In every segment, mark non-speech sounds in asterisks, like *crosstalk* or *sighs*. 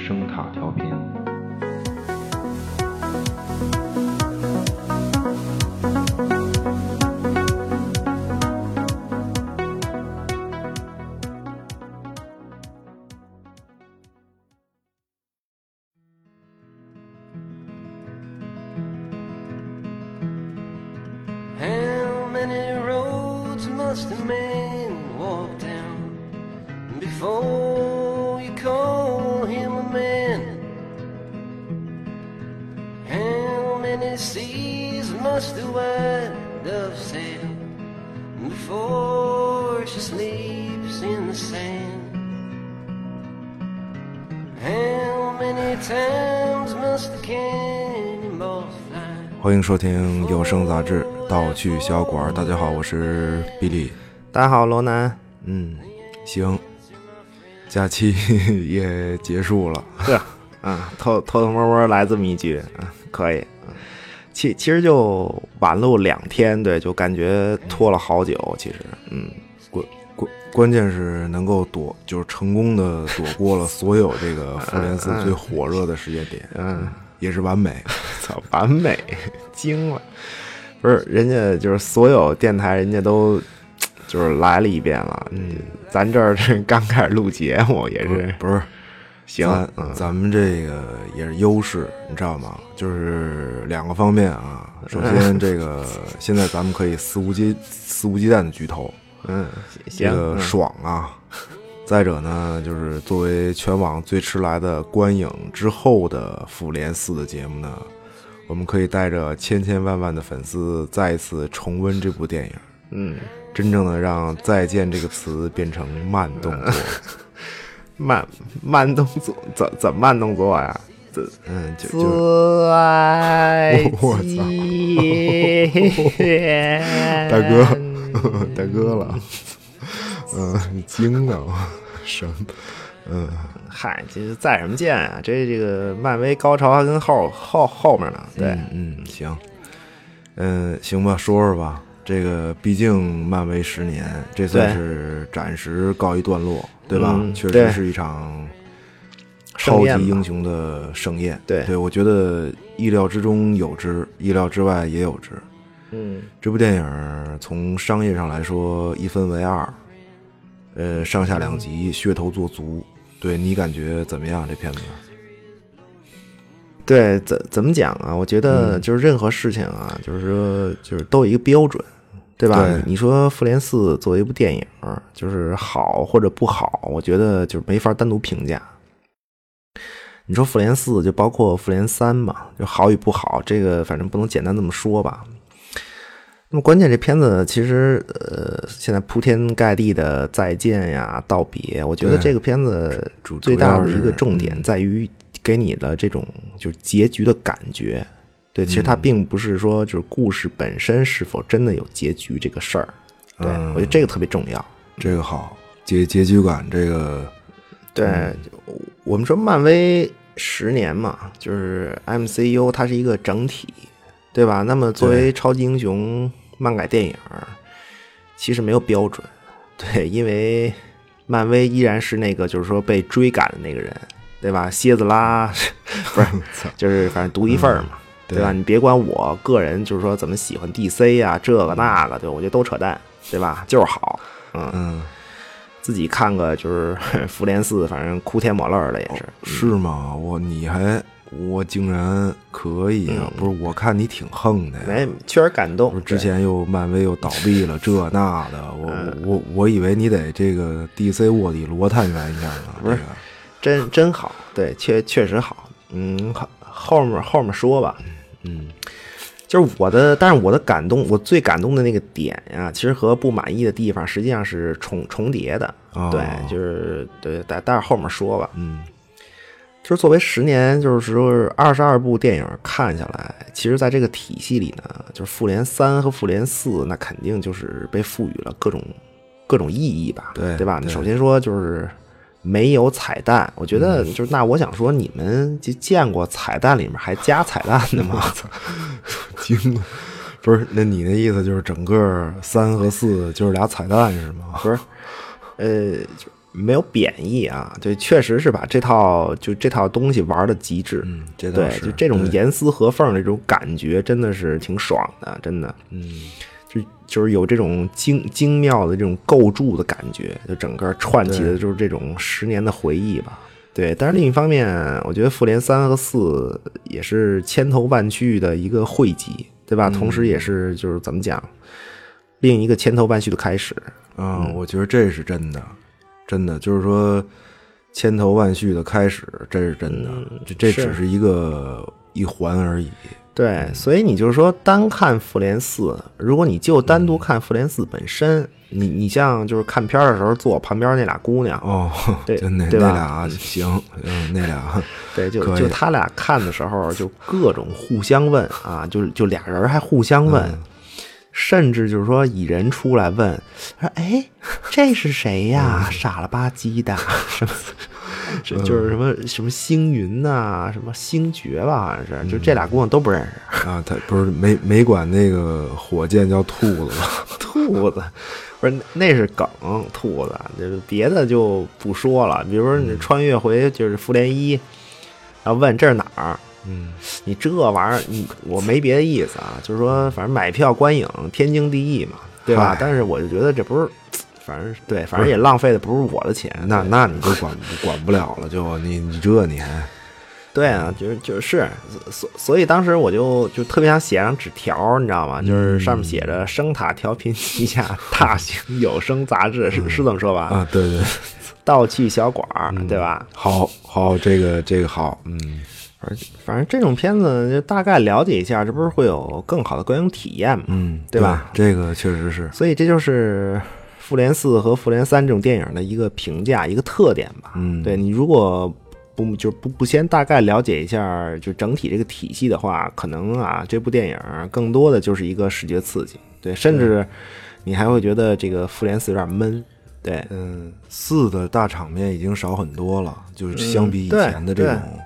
声塔调频。 How many roads must a man walk down before you call him a man? How many seas must the white dove sail before she sleeps in the sand? How many times must the cannonballs fly? 欢迎收听有声杂志《盗趣小馆》。大家好，我是比利。大家好，罗南。嗯，行，假期 *laughs* 也结束了。啊，偷偷偷摸摸来这么一句，啊，可以。啊其其实就晚露两天，对，就感觉拖了好久。其实，嗯，关关关键是能够躲，就是成功的躲过了所有这个复联嗯四最火热的时间点，嗯，也是完美。 *laughs* 操，完美，惊了。不是，人家就是所有电台，人家都就是来了一遍了。嗯，咱这儿是 *laughs* 刚开始录节目，也是不是，行，嗯咱咱们这个也是优势，你知道吗？就是两个方面 *laughs* 啊。首先，这个现在咱们可以肆无忌肆无忌惮的剧透，嗯，这行，个嗯爽啊！再者呢，就是作为全网最迟来的观影之后的《复联四》的节目呢，我们可以带着千千万万的粉丝再一次重温这部电影，嗯，真正的让“再见”这个词变成慢动作。慢慢动作，怎怎慢动作呀？怎嗯， *laughs* 就就自爱我操 *laughs* 大哥， *laughs* 大哥了，嗯，你惊的我，什么？嗯，嗨，这是在什么见啊？这这个漫威高潮还跟后后后面呢。对，嗯，嗯行，嗯，行吧，说说吧。这个毕竟漫威十年，这算对是暂时告一段落，对吧？嗯确实对是一场盛超级宴吧英雄的盛宴。对对我觉得意料之中有之，意料之外也有之。嗯这部电影从商业上来说一分为二，呃，上下两集，噱头做足。对你感觉怎么样？这片子？对，怎怎么讲啊？我觉得嗯就是任何事情啊，就是说就是都有一个标准，对吧？对你说《复联四》作为一部电影，就是好或者不好，我觉得就是没法单独评价。你说《复联四》就包括《复联三》嘛，就好与不好，这个反正不能简单这么说吧。那么关键这片子其实呃，现在铺天盖地的再见呀、道别，我觉得对这个片子主最大的主一要个是重点嗯在于给你的这种就是结局的感觉。对，其实嗯它并不是说就是故事本身是否真的有结局这个事儿。对，嗯我觉得这个特别重要。这个好，结结局感，这个对，我我们说漫威十年嘛，就是 MCU 它是一个整体，对吧？那么作为超级英雄漫改电影儿，其实没有标准， *laughs* 对，因为漫威依然是那个就是说被追赶的那个人，对吧？蝎子拉 *laughs* 不是，就是反正独一份儿嘛。嗯对吧？你别管我个人，就是说怎么喜欢 DC 啊，这个那个，对我觉得都扯淡，对吧？就是好，嗯，自己看个就是 *laughs* 复联四，反正哭天抹泪儿的也是。是吗？我你还我竟然可以啊！不是，我看你挺横的呀。嗯没，哎确实感不动。是之前又漫威又倒闭了，这那的， *laughs* 我嗯我我我以为你得这个 DC 卧底罗探员一啊下呢。不是，对真真好，对，确确实好。嗯，后后面后面说吧。嗯，就是我的，但是我的感动，我最感动的那个点呀、其实和不满意的地方实际上是重重叠的。哦对，就是对，待待会儿后面说吧。嗯，就是作为十年，就是说二十二部电影看下来，其实在这个体系里呢，就是《复联三》和《复联四》，那肯定就是被赋予了各种各种意义吧，对对吧？对首先说就是没有彩蛋，我觉得嗯就是那我想说，你们就见过彩蛋里面还加彩蛋 *laughs* 的吗？惊了。不是，那你的意思就是整个三和四就是俩彩蛋是吗？不是，呃，就没有贬义啊，对，确实是把这套就这套东西玩的极致，嗯，这倒对，是就这种对严丝合缝的这种感觉，真的是挺爽的，真的，嗯，就就是有这种精精妙的这种构筑的感觉，就整个串起的就是这种十年的回忆吧。对，但是另一方面，我觉得《复联三》和《四》也是千头万绪的一个汇集，对吧？同时也是就是怎么讲，另一个千头万绪的开始。啊，嗯我觉得这是真的，真的就是说千头万绪的开始，这是真的，这这嗯是只是一个一环而已。对，所以你就是说，单看《复联四》，如果你就单独看《复联四》本身，你你像就是看片儿的时候坐我旁边那俩姑娘，哦，对就那对吧那俩啊行，嗯，那俩对，就可以就他俩看的时候，就各种互相问啊，就就俩人还互相问，嗯甚至就是说蚁人出来问，说哎，这是谁呀？嗯傻了吧唧 *laughs* 的，什么。这就是什么什么星云呐、什么星爵吧，好像是，就这俩姑娘都不认识。啊，他不是没没管那个火箭叫兔子吗？兔子， *laughs* 不是那是梗，兔子，就是别的就不说了。比如说嗯你穿越回就是复联一，然后问这是哪儿？嗯，你这玩意儿，你我没别的意思啊，就是说反正买票观影天经地义嘛，对吧嗨？但是我就觉得这不是，反正对，反正也浪费的不是我的钱。那那你就管 *laughs* *laughs* 管不了了，就你你这你还对啊，就是就是，所所以当时我就就特别想写张纸条，你知道吗？就是上面写着“声塔调频旗下大型有声杂志”，是是这么说吧？啊，对对，道气小馆儿，对吧？好好这个这个好，嗯反正反正这种片子就大概了解一下，这不是会有更好的观影体验嘛？嗯，对吧？这个确实是，所以这就是《复联四》和《复联三》这种电影的一个评价，一个特点吧。嗯对你如果不就不不先大概了解一下就整体这个体系的话，可能啊这部电影更多的就是一个视觉刺激，对，甚至你还会觉得这个《复联四》有点闷，对，嗯，四的大场面已经少很多了，就是相比以前的这种，嗯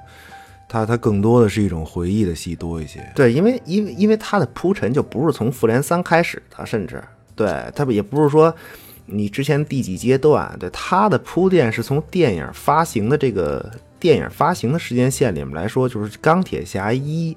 它它更多的是一种回忆的戏多一些。对，因为因为因为它的铺陈就不是从复联三开始的，甚至对它也不是说你之前第几阶段，对它的铺垫是从电影发行的这个电影发行的时间线里面来说，就是钢铁侠一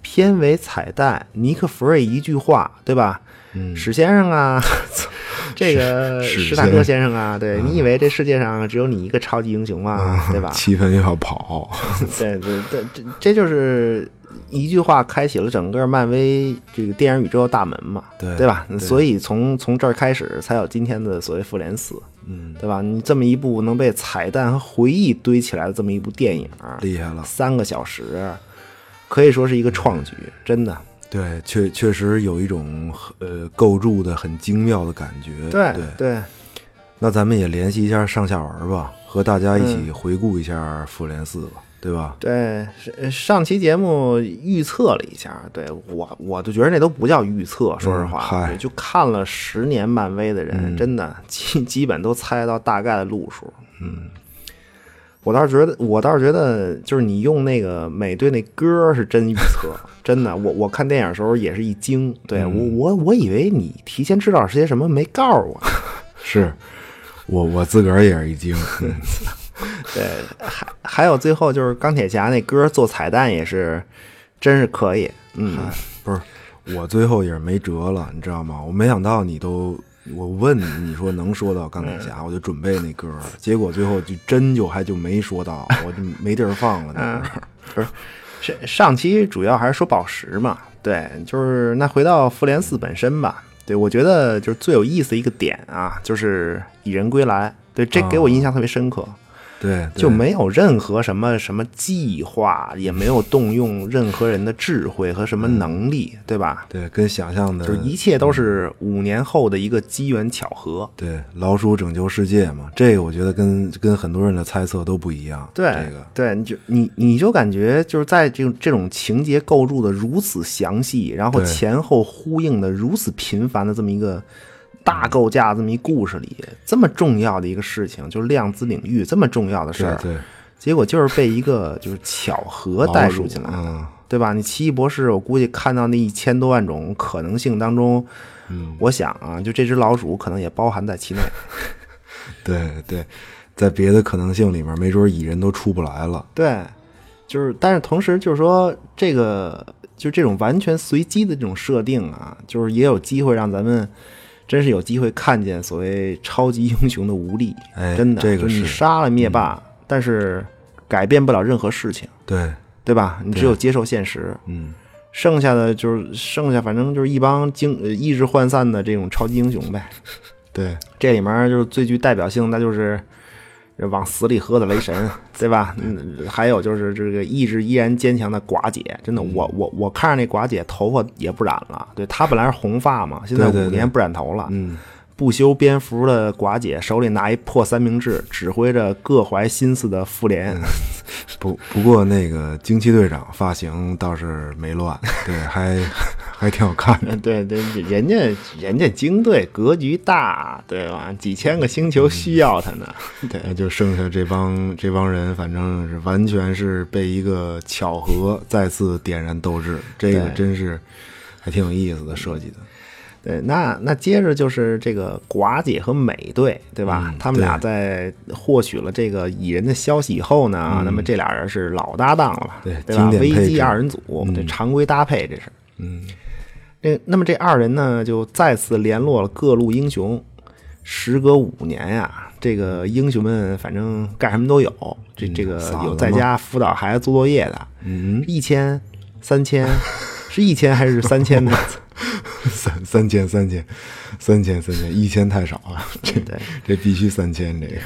片尾彩蛋，尼克弗瑞一句话，对吧？嗯，史先生啊， *laughs* 这个史史塔先克生先生啊，对、你以为这世界上只有你一个超级英雄吗？*laughs* 对吧？气氛又要跑， *laughs* *laughs* 对对对，这这就是一句话开启了整个漫威这个电影宇宙的大门嘛，对吧？对所以从从这儿开始才有今天的所谓复联四，嗯，对吧？你这么一部能被彩蛋和回忆堆起来的这么一部电影，厉害了。三个小时，可以说是一个创举，真的。对，确确实有一种呃构筑的很精妙的感觉。对对，对，那咱们也联系一下上下文吧，和大家一起嗯回顾一下《复联四》吧，对吧？对，是上期节目预测了一下，对我我就觉得那都不叫预测，说实话，嗨对就看了十年漫威的人，真的 *laughs* 基基本都猜到大概的路数。嗯，我倒是觉得，我倒是觉得，就是你用那个美队那歌儿是真预测， *laughs* 真的。我我看电影的时候也是一惊，对、我我我以为你提前知道是些什么，没告诉我。 *laughs* 是，我我自个儿也是一惊。 *laughs* 嗯对，还还有最后就是钢铁侠那歌儿做彩蛋也是，真是可以。嗯，不是，我最后也是没辙了，你知道吗？我没想到你都，我问你，你说能说到钢铁嗯侠，我就准备那歌儿，结果最后就真就还就没说 *laughs* 到，我就没地儿放了。嗯那歌儿上上期主要还是说宝石嘛，对，就是那回到复联四本身吧，对我觉得就是最有意思的一个点啊，就是蚁人归来，对，这给我印象特别深刻，对，对就没有任何什么什么计划，也没有动用任何人的智慧和什么能力，对吧？对，跟想象的就是一切都是五年后的一个机缘巧合，对老鼠拯救世界嘛，这个我觉得跟跟很多人的猜测都不一样。对，这个对，你就你你就感觉就是在这种这种情节构筑的如此详细，然后对前后呼应的如此频繁的这么一个大构架，这么一故事里，这么重要的一个事情，就是量子领域这么重要的事儿，对对结果就是被一个就是巧合带入进来的，嗯对吧？你奇异博士，我估计看到那一千多万种可能性当中，嗯我想啊，就这只老鼠可能也包含在其内。嗯对对，在别的可能性里面，没准蚁人都出不来了。对，就是，但是同时就是说，这个就这种完全随机的这种设定啊，就是也有机会让咱们真是有机会看见所谓超级英雄的无力，哎真的，这个就是你是嗯杀了灭霸，但是改变不了任何事情，对，对吧？你只有接受现实，嗯，剩下的就是剩下，反正就是一帮精呃意志涣散的这种超级英雄呗。对，这里面就是最具代表性，那就是往死里喝的雷神，对吧？嗯，还有就是这个意志依然坚强的寡姐，真的，嗯我我我看着那寡姐头发也不染了，对她本来是红发嘛，现在对对五对年不染头了，嗯，不修边幅的寡姐手里拿一破三明治，指挥着各怀心思的复联，不不过那个惊奇队长发型倒是没 *laughs* 乱，对，还还挺好看的。嗯， *laughs* 对对，人家人家精队格局大，对吧？几千个星球需要他呢， *laughs* 对，那呃就剩下这帮这帮人，反正是完全是被一个巧合再次点燃斗志，这个对真是还挺有意思的设计的。对，那那接着就是这个寡姐和美队，对吧？嗯他们俩对在获取了这个蚁人的消息以后呢，那么这俩人是老搭档了，嗯对对吧？经典危配机置二人组，对常规搭配这是。嗯，这那么这二人呢，就再次联络了各路英雄。时隔五年呀、这个英雄们反正干什么都有，这这个散嗯有了在吗家辅导孩子做作业的，嗯，一千、三 *laughs* 千，是一千还是三千呢？三三千三千三千三千，一千太少了， *laughs* 这对。这必须三千这个。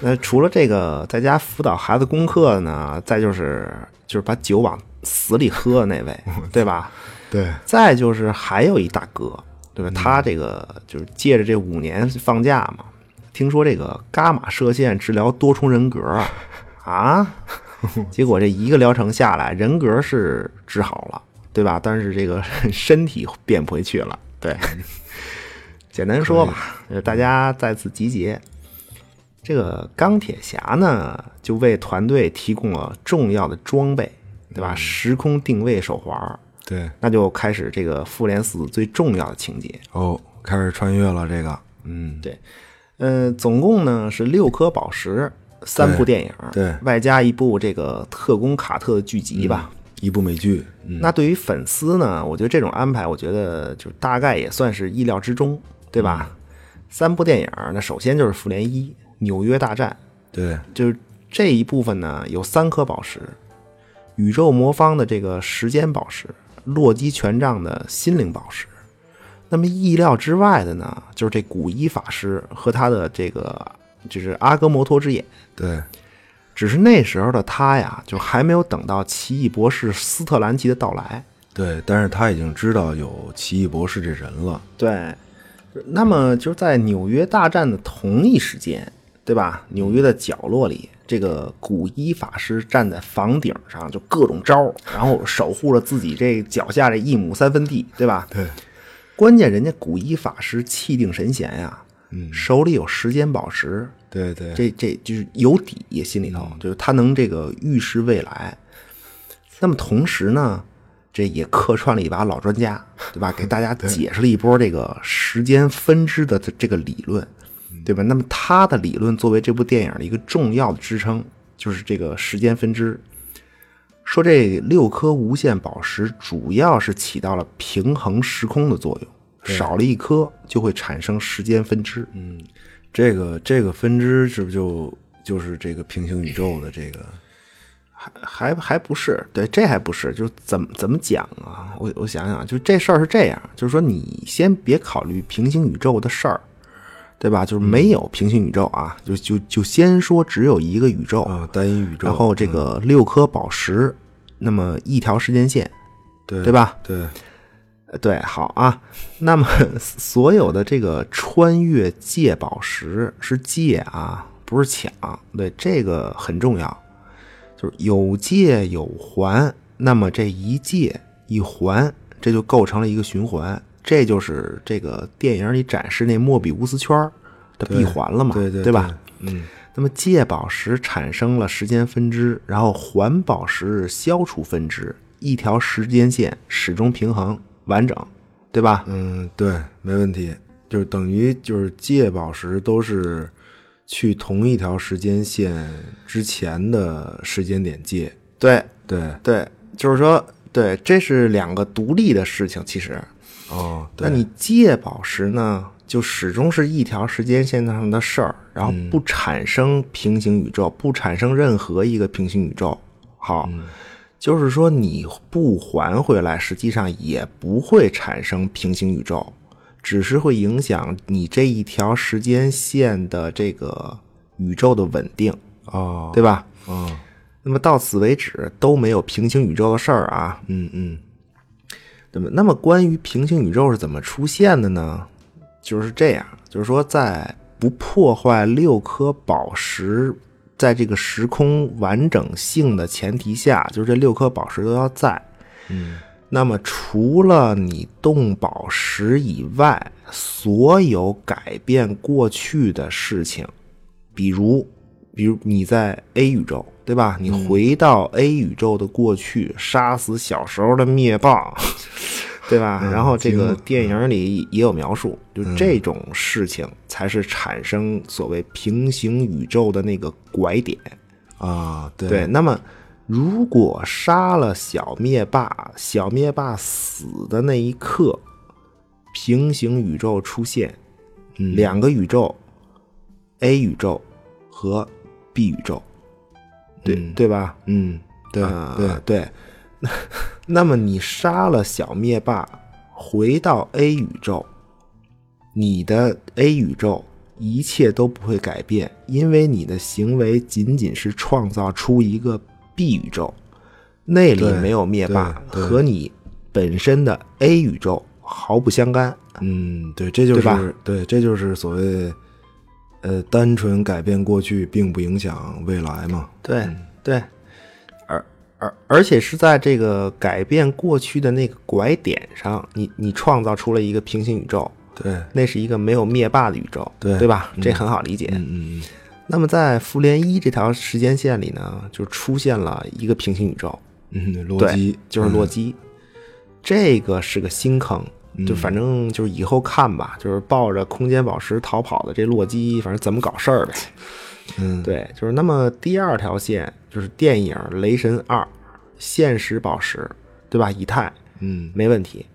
那除了这个在家辅导孩子功课呢，再就是就是把酒往死里喝的那位，对吧？对，再就是还有一大哥，对吧？他这个就是借着这五年放假嘛，听说这个伽马射线治疗多重人格啊啊，结果这一个疗程下来，人格是治好了，对吧？但是这个 *laughs* 身体变不回去了，对。简单说吧，呃大家再次集结。这个钢铁侠呢，就为团队提供了重要的装备，对吧？时空定位手环儿，对，那就开始这个复联四最重要的情节。哦，开始穿越了这个，嗯，对，呃，总共呢是六颗宝石，三部电影，对外加一部这个特工卡特的剧集吧。一部美剧，嗯那对于粉丝呢，我觉得这种安排，我觉得就大概也算是意料之中，对吧？三部电影，那首先就是复联一纽约大战，对，就是这一部分呢有三颗宝石，宇宙魔方的这个时间宝石，洛基权杖的心灵宝石。那么意料之外的呢，就是这古一法师和他的这个就是阿格摩托之眼。对，只是那时候的他呀，就还没有等到奇异博士斯特兰奇的到来。对，但是他已经知道有奇异博士这人了，对，那么就是在纽约大战的同一时间，对吧？纽约的角落里，这个古一法师站在房顶上，就各种招儿，然后守护着自己这脚下这一亩三分地，对吧？对，关键人家古一法师气定神闲呀、嗯手里有时间宝石，对对，这这就是有底，心里头、就是他能这个预示未来。那么同时呢，这也客串了一把老专家，对吧？给大家解释了一波这个时间分支的这这个理论，对吧？那么他的理论作为这部电影的一个重要的支撑，就是这个时间分支。说这六颗无限宝石主要是起到了平衡时空的作用，少了一颗就会产生时间分支。嗯，这个这个分支是不是就就是这个平行宇宙的这个？还还不是，对，这还不是，就是怎么怎么讲啊？我我想想，就这事儿是这样，就是说你先别考虑平行宇宙的事儿，对吧？嗯就是没有平行宇宙啊，就就就先说只有一个宇 *clears throat* 宙，啊，单一宇宙，然后这个六颗宝石，那么一条时间线，对对吧？对，呃对，好啊。那么所有的这个穿越借宝石是借啊，不是抢。对，这个很重要，就是有借有还。那么这一借一还，这就构成了一个循环。这就是这个电影里展示那莫比乌斯圈儿的闭环了嘛，对对对吧？嗯，那么借宝石产生了时间分支，然后环宝石消除分支，一条时间线始终平衡完整，对吧？嗯，对，没问题，就是等于就是借宝石都是去同一条时间线之前的时间点借。对对，对，就是说，对，这是两个独立的事情，其实。哦，那对，你借宝石呢，就始终是一条时间线上的事儿，然后不产生平行宇宙，不产生任何一个平行宇宙。好，就是说你不还回来，实际上也不会产生平行宇宙，只是会影响你这一条时间线的这个宇宙的稳定，哦，对吧？哦，那么到此为止都没有平行宇宙的事儿啊。嗯嗯，那么，那么关于平行宇宙是怎么出现的呢？就是这样，就是说，在不破坏六颗宝石在这个时空完整性的前提下，就是这六颗宝石都要在。嗯，那么，除了你动宝石以外，所有改变过去的事情，比如，比如你在 A 宇宙，对吧？你回到 A 宇宙的过去，杀死小时候的灭霸，对吧？嗯然后这个电影里也有描述，就这种事情才是产生所谓平行宇宙的那个拐点。啊，对对，那么如果杀了小灭霸，小灭霸死的那一刻，平行宇宙出现，嗯两个宇宙，A 宇宙和 B 宇宙，对、对吧？嗯，对啊对，对，那 *laughs* 么你杀了小灭霸，回到 A 宇宙，你的 A 宇宙一切都不会改变，因为你的行为仅仅是创造出一个 B 宇宙，那里对没有灭霸，对对和你本身的 A 宇宙毫不相干。嗯，对，这就对吧是对，这就是所谓，呃，单纯改变过去并不影响未来嘛。对对，嗯而而而且是在这个改变过去的那个拐点上，你你创造出了一个平行宇宙，对，那是一个没有灭霸的宇宙，对对吧？这很好理解。嗯嗯那么在复联一这条时间线里呢，就出现了一个平行宇宙，嗯，嗯对逻辑就是洛基，这个是个新坑。就反正就是以后看吧，就是抱着空间宝石逃跑的这洛基，反正怎么搞事儿呗。嗯，对，就是那么第二条线就是电影《雷神二》，现实宝石，对吧？以太嗯没问题。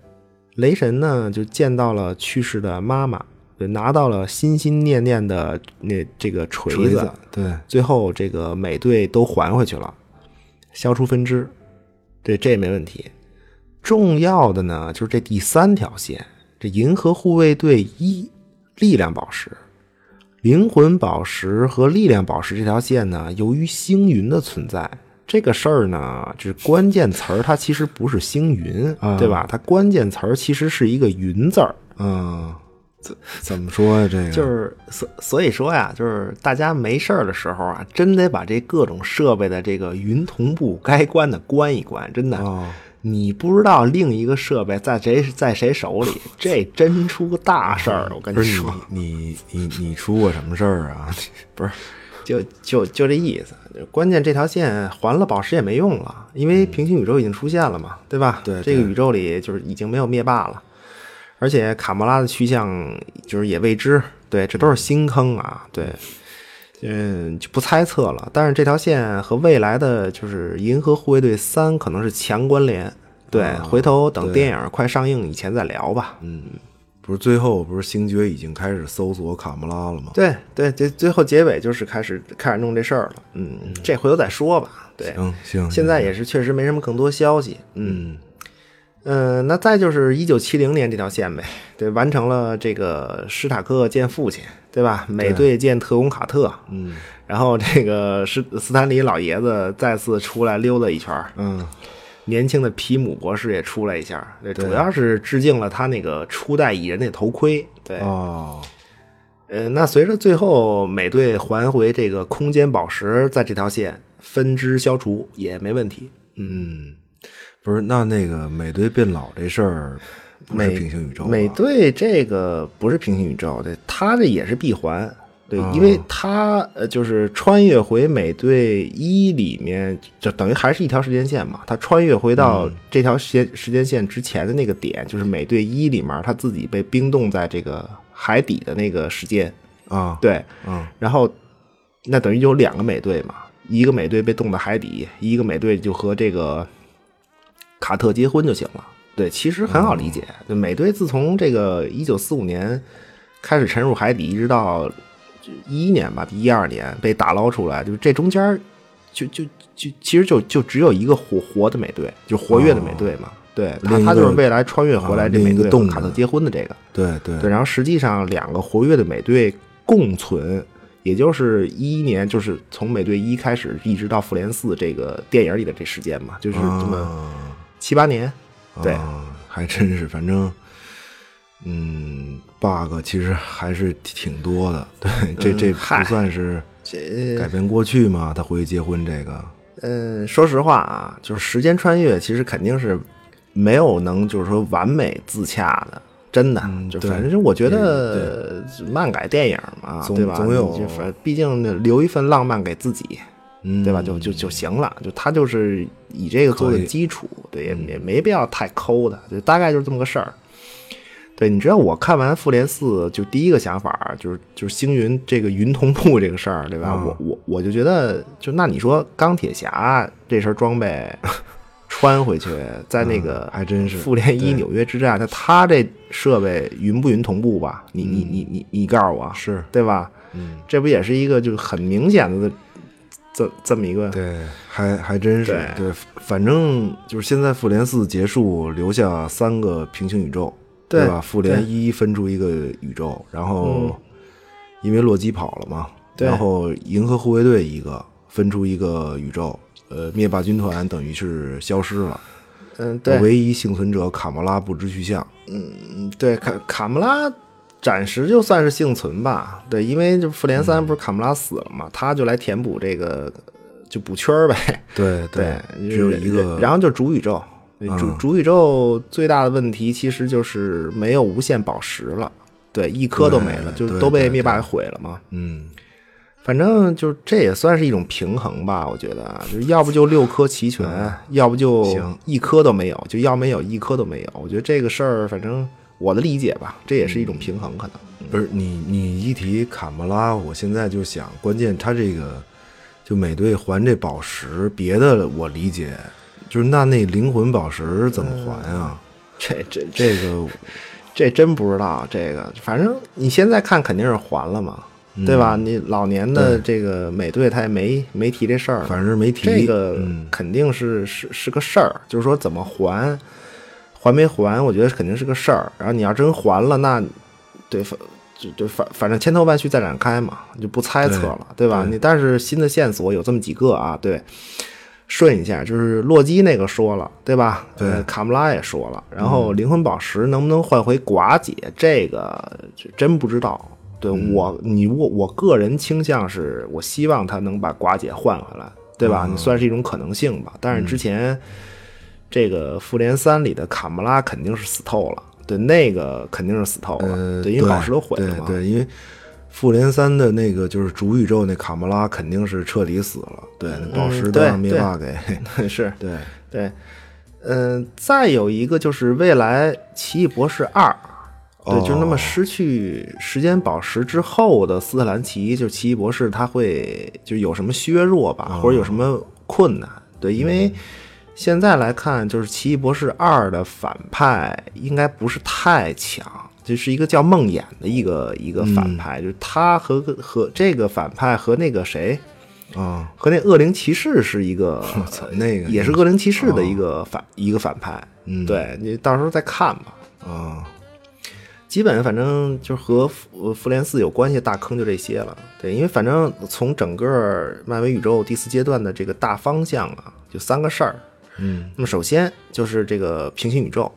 雷神呢，就见到了去世的妈妈，对拿到了心心念念的那这个锤锤子，子，对，最后这个美队都还回去了，消除分支，对，这也没问题。重要的呢，就是这第三条线，这银河护卫队一力量宝石、灵魂宝石和力量宝石这条线呢，由于星云的存在。这个事儿呢，就是关键词儿，它其实不是星云，啊对吧？它关键词儿其实是一个“云”字儿，嗯，怎怎么说呀？这个就是所所以说呀，就是大家没事儿的时候啊，真得把这各种设备的这个云同步该关的关一关，真的。哦你不知道另一个设备在谁在谁手里，这真出大事儿！我跟不你是说，你你你你出过什么事儿啊？ *laughs* 不是，就就就这意思。关键这条线还了宝石也没用了，因为平行宇宙已经出现了嘛，对吧？嗯对这个对宇宙里就是已经没有灭霸了，而且卡莫拉的去向就是也未知。对，这都是新坑啊。对，嗯，就不猜测了。但是这条线和未来的就是《银河护卫队三》可能是强关联。对，啊回头等对嗯电影快上映以前再聊吧。不是，最后不是星爵已经开始搜索卡莫拉了吗？对对，这最后结尾就是开始开始弄这事儿了。嗯，这回头再说吧。对，行行，现在也是确实没什么更多消息。嗯，呃，那再就是一九七零年这条线呗， *laughs* 对，完成了这个史塔克见父亲，对吧？美队见特工卡特，嗯，然后这个斯斯坦李老爷子再次出来溜达一圈儿，嗯年轻的皮姆博士也出来一下，对，对主要是致敬了他那个初代蚁人那头盔，对，哦，呃，那随着最后美队还回这个空间宝石，在这条线分支消除也没问题。嗯，不是，那那个美队变老这事儿不是美平行宇宙啊吧美队这个不是平行宇宙，对，他这也是闭环，对，因为他呃就是穿越回美队一里面，就等于还是一条时间线嘛，他穿越回到这条时间时间线之前的那个点，就是美队一里面他自己被冰冻在这个海底的那个时间，啊？对，嗯然后那等于有两个美队嘛，一个美队被冻到海底，一个美队就和这个卡特结婚就行了。对，其实很好哦理解。就美队自从这个一九四五年开始沉入海底，一直到一一年吧，一二年被打捞出来，就是这中间儿就就就其实就就只有一个活活的美队，就活跃的美队嘛。对他，哦另一他就是个未来穿越回啊来这另一美个队动和卡特的结婚的这个。对对对，然后实际上两个活跃的美队共存，也就是一一年，就是从美队一开始一直到复联四这个电影里的这时间嘛，就是这么啊七八年。对啊还真是，反正嗯，bug 其实还是挺多的。对，这这不嗯嗨算是这改变过去嘛？他回去结婚这个，呃，说实话啊，就是时间穿越，其实肯定是没有能就是说完美自洽的。真的，就嗯对反正我觉得漫改电影嘛，总对吧？总有就反，毕竟留一份浪漫给自己，嗯，对吧？就就就行了，就他就是以这个作可为以嗯基础，对，也也没必要太抠的，就大概就是这么个事儿。对，你知道我看完《复联四》，就第一个想法儿就是就是星云这个云同步这个事儿，对吧？嗯我我我就觉得，就那你说钢铁侠这身装备 *laughs* 穿回去，在那嗯个、还真是复联对一纽约之战，那他这设备云不云同步吧？你你你你你告诉我，嗯是对吧？嗯，这不也是一个就是很明显的这这这么一个对，还还真是对对，反正就是现在复联四结束，留下三个平行宇宙，对吧？复联对一分出一个宇宙，然后嗯因为洛基跑了嘛，对然后银河护卫队一个分出一个宇宙，呃，灭霸军团等于是消失了，嗯，对，唯一幸存者卡魔拉不知去向，嗯对，卡卡穆拉暂时就算是幸存吧，对，因为这复联嗯三不是卡穆拉死了嘛，他就来填补这个就补缺儿呗，对只有一个，然后就主宇宙，对主嗯主宇宙最大的问题其实就是没有无限宝石了，对，一颗都没了，对就对都被对灭霸给毁了嘛，嗯，反正就这也算是一种平衡吧，我觉 *laughs* 得啊，就是要不就六颗齐全，要不就嗯行一颗都没有，就要没有一颗都没有。我觉得这个事儿，反正我的理解吧，这也是一种平衡，可能。不是你，你一提卡莫拉，我现在就想，关键他这个就美队还这宝石，别的我理解，就是那那灵魂宝石怎么还啊？这这这这个这真不知道这个，反正你现在看肯定是还了嘛，嗯对吧？你老年的这个美队他也没没提这事儿嘛，反正是没提这个嗯肯定是、是是个事儿，就是说怎么还，还没还，我觉得肯定是个事儿。然后你要真还了，那对反就就反反正千头万绪再展开嘛，你就不猜测了，对吧？你但是新的线索有这么几个啊，对。顺一下，就是洛基那个说了，对嗯吧？对呃卡穆拉也说了，然后灵魂宝石能不能换回寡姐，这个这真不知道。对、我，你我我个人倾向是，我希望他能把寡姐换回来，对吧？你算是一种可能性吧。但是之前、这个复联三里的卡穆拉肯定是死透了，对，那个肯定是死透了，呃，对，因为宝石都毁了嘛。对对，因为复联三的那个就是主宇宙那卡莫拉肯定是彻底死了，对，那宝石都嗯对让灭对霸给， *laughs* *laughs* 是，对，对，嗯、再有一个就是未来《奇异博士二》，对，哦就是那么失去时间宝石之后的斯特兰奇，就是奇异博士，他会就有什么削弱吧，哦或者有什么困难？对，因嗯为现在来看，就是《奇异博士二》的反派应该不是太强。就是一个叫梦魇的一个一嗯个反派，就是他和和这个反派和那个谁，啊、和那恶灵骑士是一个我操，那个哦也是恶灵骑士的一个反、一个反派。嗯对你到时候再看吧。啊、基本反正就是和复复联四有关系的大坑就这些了。对，因为反正从整个漫威宇宙第四阶段的这个大方向啊，就三个事儿。嗯，那么首先就是这个平行宇宙，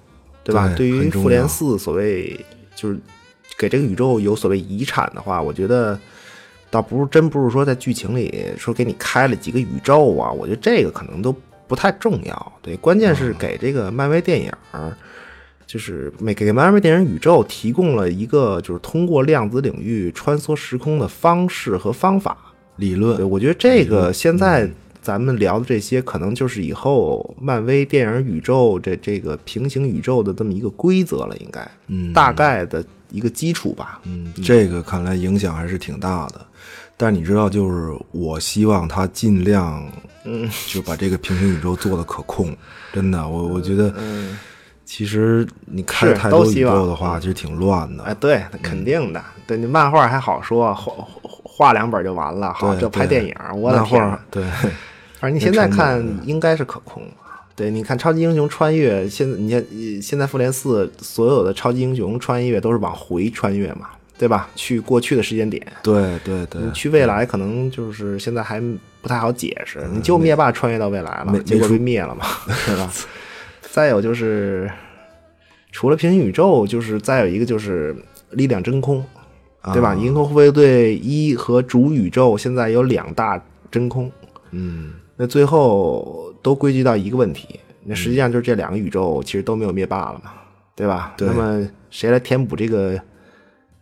对吧？对对于很重要复联四所谓就是给这个宇宙有所谓遗产的话，我觉得倒不是真不是说在剧情里说给你开了几个宇宙啊，我觉得这个可能都不太重要。对，关键嗯是给这个漫威电影儿。就是每给漫威电影宇宙提供了一个就是通过量子领域穿梭时空的方式和方法，理论对，我觉得这个现在咱们聊的这些，可能就是以后漫威电影宇宙这这个平行宇宙的这么一个规则了，应该，嗯大概的一个基础吧。嗯嗯，这个看来影响还是挺大的。但你知道，就是我希望他尽量，嗯，就把这个平行宇宙做的可控。真的，我我觉得，其实你开嗯是太都多宇希望宙的话，其实挺乱哎，的。对，那肯定的。对你漫画还好说，画画画两本就完了。好，对这拍对电影，我的漫天画哪！对，反正你现在看应该是可控的。对，你看超级英雄穿越，现在你看呃现在复联四所有的超级英雄穿越都是往回穿越嘛，对吧？去过去的时间点，对对对你，去未来可能就是现在还不太好解释，你就灭霸穿越到未来没了，结没果出被 *laughs* 灭了嘛，对吧？再有就是，除了平行宇宙，就是再有一个就是力量真空， *laughs* 对啊吧？银河护卫队一和主宇宙现在有两大真空，嗯，那最后都归结到一个问题，那实际上就是这两个宇宙其实都没有灭霸了嘛，对吧？对那么谁来填补这个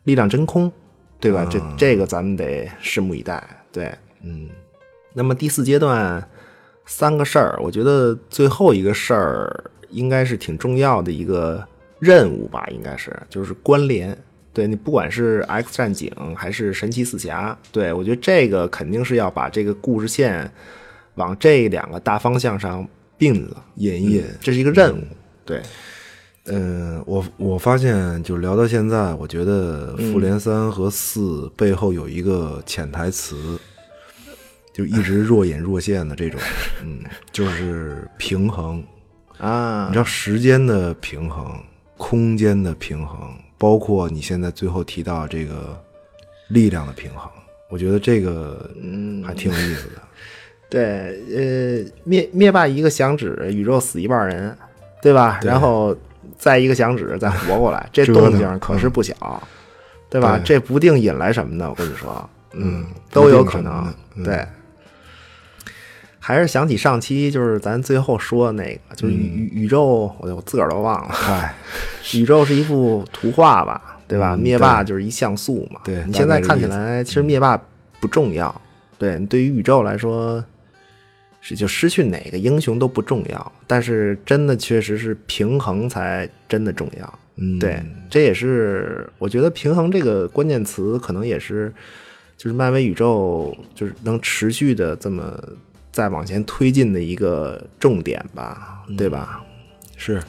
力量真空，对吧？啊这这个咱们得拭目以待。对，嗯，那么第四阶段三个事儿，我觉得最后一个事儿应该是挺重要的一个任务吧，应该是就是关联。对你不管是 X 战警还是神奇四侠，对我觉得这个肯定是要把这个故事线往这两个大方向上并了，演一演。这是一个嗯任务。对，嗯，我我发现就聊到现在，我觉得嗯《复联三》和《四》背后有一个潜台词，就一直若隐若现的这种，嗯，就是平衡。你啊知，道时间的平衡、空间的平衡，包括你现在最后提到这个力量的平衡，我觉得这个嗯还挺有意思的。对，呃，灭灭霸一个响指，宇宙死一半人，对吧？然后再一个响指再活过来，这折腾嗯动静可是不小，对吧？对这不定引来什么呢？我跟你说，嗯，不都定有可什么能呢。嗯对，还是想起上期就是咱最后说的那个，嗯就是宇宇宇宙，我我自个儿都忘了。嗨，宇宙是一幅图画吧，对吧？嗯灭霸就是一像素嘛。对你现在大概看这起意思来，其实灭霸不重要。对你对于宇宙来说，是就失去哪个英雄都不重要，但是真的确实是平衡才真的重要。嗯， *laughs* 对，这也是我觉得“平衡”这个关键词，可能也是就是漫威宇宙就是能持续的这么再往前推进的一个重点吧，对吧？是。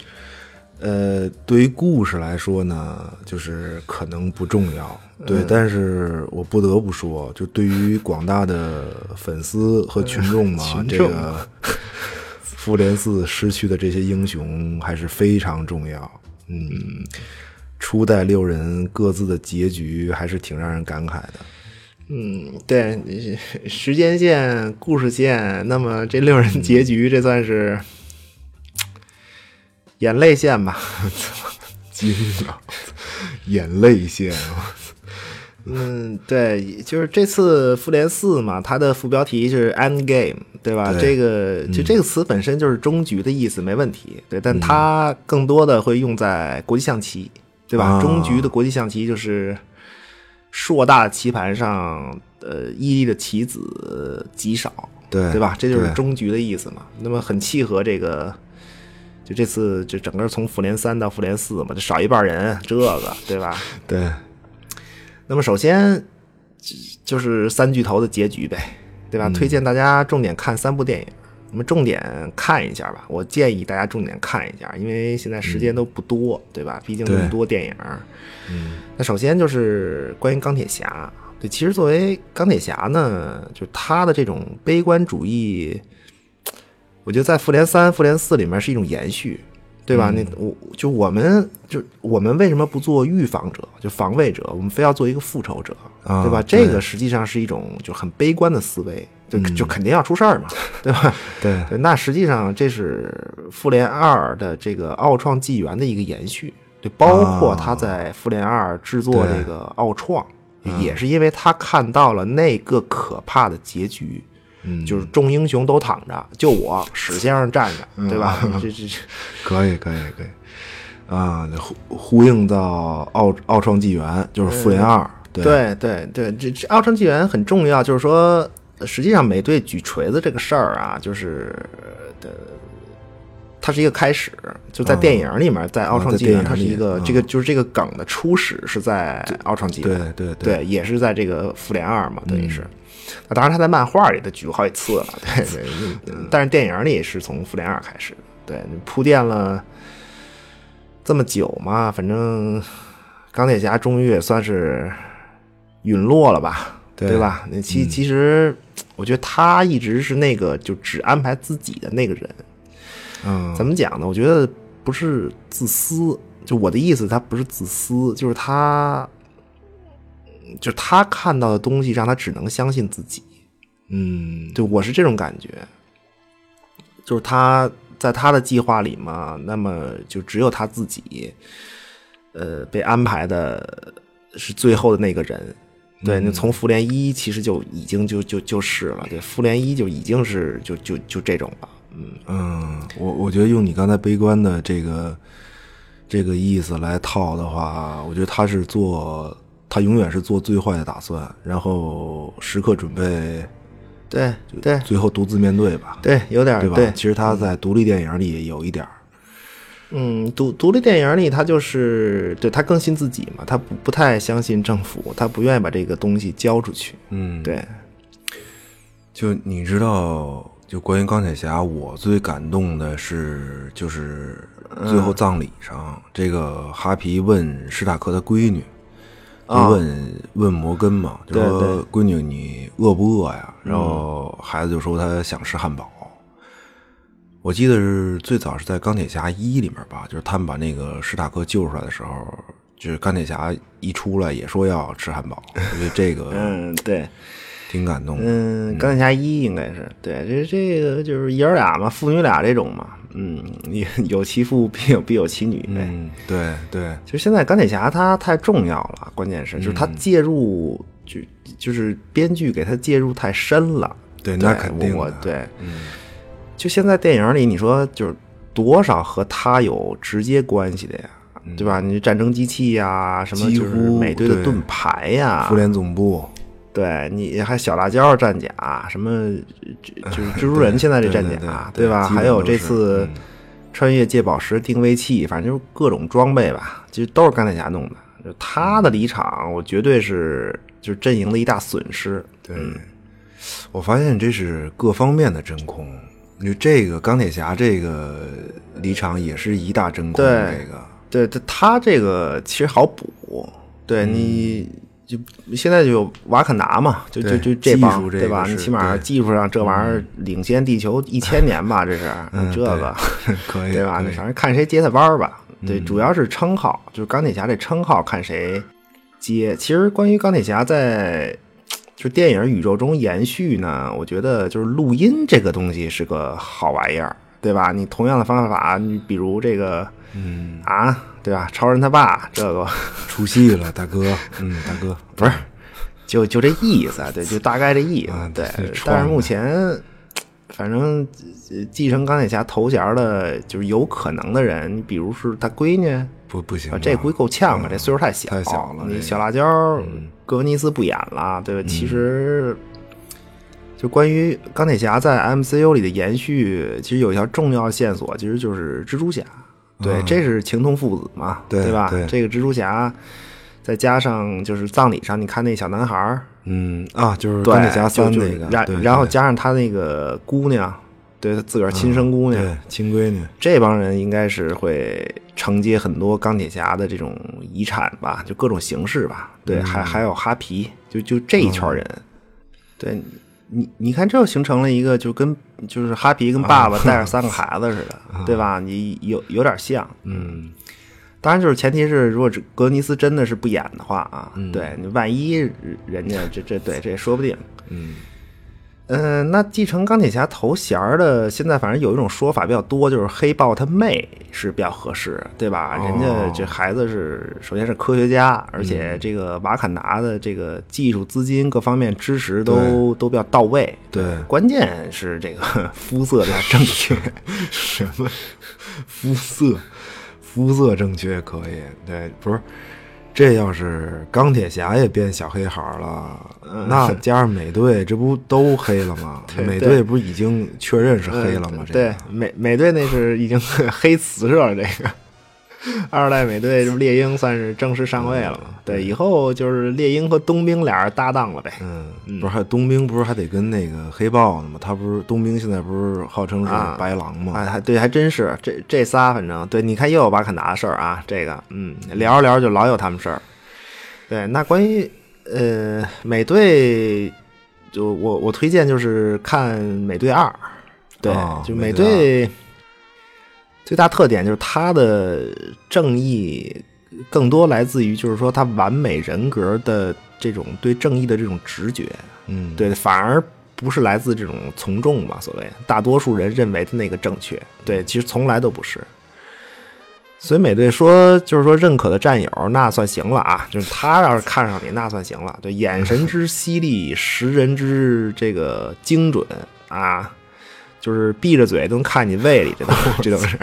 呃，对于故事来说呢，就是可能不重要，对，嗯但是我不得不说，就对于广大的粉丝和群众嘛，嗯群这众个 *laughs* 复联四失去的这些英雄还是非常重要。嗯，初代六人各自的结局还是挺让人感慨的。嗯，对，你是时间线、故事线，那么这六嗯人结局，这算是眼泪线吧？惊 *laughs* 了，眼泪腺啊！嗯，对，就是这次复联四嘛，它的副标题是 End Game，对吧？对嗯这个就这个词本身就是终局的意思，没问题。对，但它更多的会用在国际象棋，对吧？啊终局的国际象棋就是硕大棋盘上，呃，屹立的棋子极少，对对吧？这就是对终局的意思嘛。那么很契合这个，就这次就整个从复联三到复联四嘛，就少一半人，这个对吧？对，那么首先就就是三巨头的结局呗，对吧？推荐大家重点看三部电影，我们重点看一下吧。我建议大家重点看一下，因为现在时间都不多，嗯对吧？毕竟这对么多电影。嗯，那首先就是关于钢铁侠。对，其实作为钢铁侠呢，就他的这种悲观主义，我觉得在复联三、复联四里面是一种延续，对嗯吧？那我就我们就我们为什么不做预防者，就防卫者，我们非要做一个复仇者，啊对吧？对嗯这个实际上是一种就很悲观的思维，就、就肯定要出事儿嘛，对吧？对，对，那实际上这是复联二的这个奥创纪元的一个延续，对，包啊括他在复联二制作这个奥创，嗯也是因为他看到了那个可怕的结局，嗯就是众英雄都躺着，就我史先生站嗯着，对 *laughs* 吧？这这这，可以，可以，可以。啊，呼呼应到奥奥创纪元，就是复联二，对哎对对对，这这奥创纪元很重要，就是说，实际上美队举锤子这个事儿啊，就是呃的呃它是一个开始，就在电影里面，在奥创纪元，啊在电影里它是一个嗯这个就是这个梗的初始是在奥创纪对元，对对，也是在这个复联二嘛，等于是。那当然，他在漫画里的举过好几次了，对对。 *laughs* 嗯但是电影里是从复联二开始的，对，铺垫了这么久嘛，反正钢铁侠终于也算是陨落了吧，对吧？那其其实，我觉得他一直是那个就只安排自己的那个人，嗯，怎么讲呢？我觉得不是自私，就我的意思，他不是自私，就是他，就是他看到的东西让他只能相信自己。嗯，对我是这种感觉，就是他在他的计划里嘛，那么就只有他自己，呃，被安排的是最后的那个人。对，那从复联一其实就已经就就就是了，对，复联一就已经是就就就这种了，嗯。嗯，我我觉得用你刚才悲观的这个这个意思来套的话，我觉得他是做他永远是做最坏的打算，然后时刻准备，对对最后独自面对吧，对，有点儿对吧？对，其实他在独立电影里有一点儿，嗯，独独立电影里，他就是对他更信自己嘛，他不不太相信政府，他不愿意把这个东西交出去。嗯，对，就你知道，就关于钢铁侠，我最感动的是，就是最后葬礼上，嗯这个哈皮问史塔克的闺女，啊就问问摩根嘛，就对嗯说闺女你饿不饿呀？然后孩子就说他想吃汉堡。我记得是最早是在钢铁侠一里面吧，就是他们把那个史塔克救出来的时候，就是钢铁侠一出来也说要吃汉堡，我觉得这个 *laughs* 嗯，对，挺感动的。嗯，钢铁侠一应该是对，这这个就是爷儿俩嘛，父女俩这种嘛，嗯，有 *laughs* 有其父必有必有其女呗。嗯，对对，就现在钢铁侠他太重要了，关键是就是他嗯介入，就就是编剧给他介入太深了。对那肯定的嗯我我对，就现在电影里你说就是多少和他有直接关系的呀，对吧？你战争机器呀、什嗯么几就是乎美队的对盾牌呀、妇联总部，对你还小辣椒战甲，什么这就是蜘蛛人现在这战呃对对甲，对吧？基本还有都是嗯这次穿越界宝石定位器，反正就是各种装备吧，就都是钢铁侠弄的。就他嗯的离场，我绝对是就是阵营的一大损失。对，我发现这是各方面的真空。你这个钢铁侠这个离场也是一大真空，对这个 *laughs* 对，他他这个其实好补，对你就现在就有瓦肯达嘛，就嗯就对就这技帮术这个对吧？是你起码对嗯技术上这玩意儿领先地球一千年吧，这是这个。可以对吧？可那以反正看谁接他班儿吧。对，嗯主要是称号，就是钢铁侠这称号看谁接。其实关于钢铁侠在就是电影宇宙中延续呢，我觉得就是录音这个东西是个好玩意儿，对吧？你同样的方法，你比如这个，嗯啊，对吧？超人他爸这个出戏了，大哥，嗯，大哥，不是，就就这意思，啊，对，就大概这意思啊，对这是。创但是的目前，反正呃继承钢铁侠头衔的，就是有可能的人，比如是他闺女，不不行吧啊，这估计够呛吧？这岁数太小，嗯太小了这你个嗯小辣椒，格温尼斯不演了，对吧？其实，就关于钢铁侠在 MCU 里的延续，其实有一条重要线索，其实就是蜘蛛侠。对，这是情同父子嘛，嗯对吧？对这个蜘蛛侠，再加上就是葬礼上，你看那小男孩儿，嗯啊，就是对，钢铁侠就三就那个，对然然后加上他那个姑娘，对他自个儿亲生姑对娘，对亲闺女，这帮人应该是会承接很多钢铁侠的这种遗产吧，就各种形式吧。对，还还有哈皮，就就这一圈人。对你，你看这又形成了一个，就跟就是哈皮跟爸爸带着三个孩子似的，对吧？你有有点像，嗯。当然，就是前提是，如果这格尼斯真的是不演的话啊，嗯对你万一人家这这对这也说不定，嗯，那继承钢铁侠头衔儿的，现在反正有一种说法比较多，就是黑豹他妹是比较合适，对吧？哦人家这孩子是首先是科学家，而嗯且这个瓦坎达的这个技术、资金各方面支持都都比较到位。对关键是这个肤色要正确， *laughs* 什么肤色，肤色正确可以，对，不是这要是钢铁侠也变小黑孩儿了，那加上美队，这不都黑了吗？嗯 *laughs* 对美对队不已经确认是黑了吗？这嗯对个，美美队那是已经 *laughs* 黑瓷实了，这个二代美队这不猎鹰算是正式上位了嘛？对，以后就是猎鹰和冬兵俩人搭档了呗。嗯，不是还有冬兵不是还得跟那个黑豹呢吗？他不是冬兵现在不是号称是啊白狼吗？啊，还对，还真是这这仨，反正对，你看又有瓦坎达的事儿啊，这个，嗯，聊着聊着就老有他们事儿。对，那关于呃美队，就我我推荐就是看美队二，对，哦就美美队队最大特点就是他的正义更多来自于就是说他完美人格的这种对正义的这种直觉，嗯，对，反而不是来自这种从众嘛，所谓大多数人认为的那个正确，对，其实从来都不是。所以美队说，就是说认可的战友那算行了啊，就是他要是看上你那算行了，对，眼神之犀利，识人之这个精准啊，就是闭着嘴都能看你胃里，这都这都是。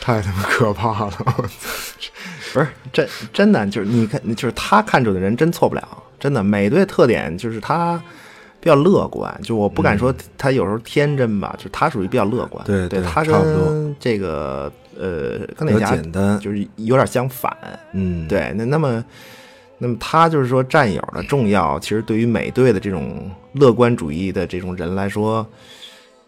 太他妈可怕了！不是真真的就是你看，就是他看准的人真错不了。真的，美队特点就是他比较乐观，就我不敢说他有时候天真吧，就是他属于比较乐观。对对，对他差不多跟这个呃 *laughs* 钢比较铁侠简单，就是有点相反。嗯，，对，那那么那么他就是说战友的重要，其实对于美队的这种乐观主义的这种人来说，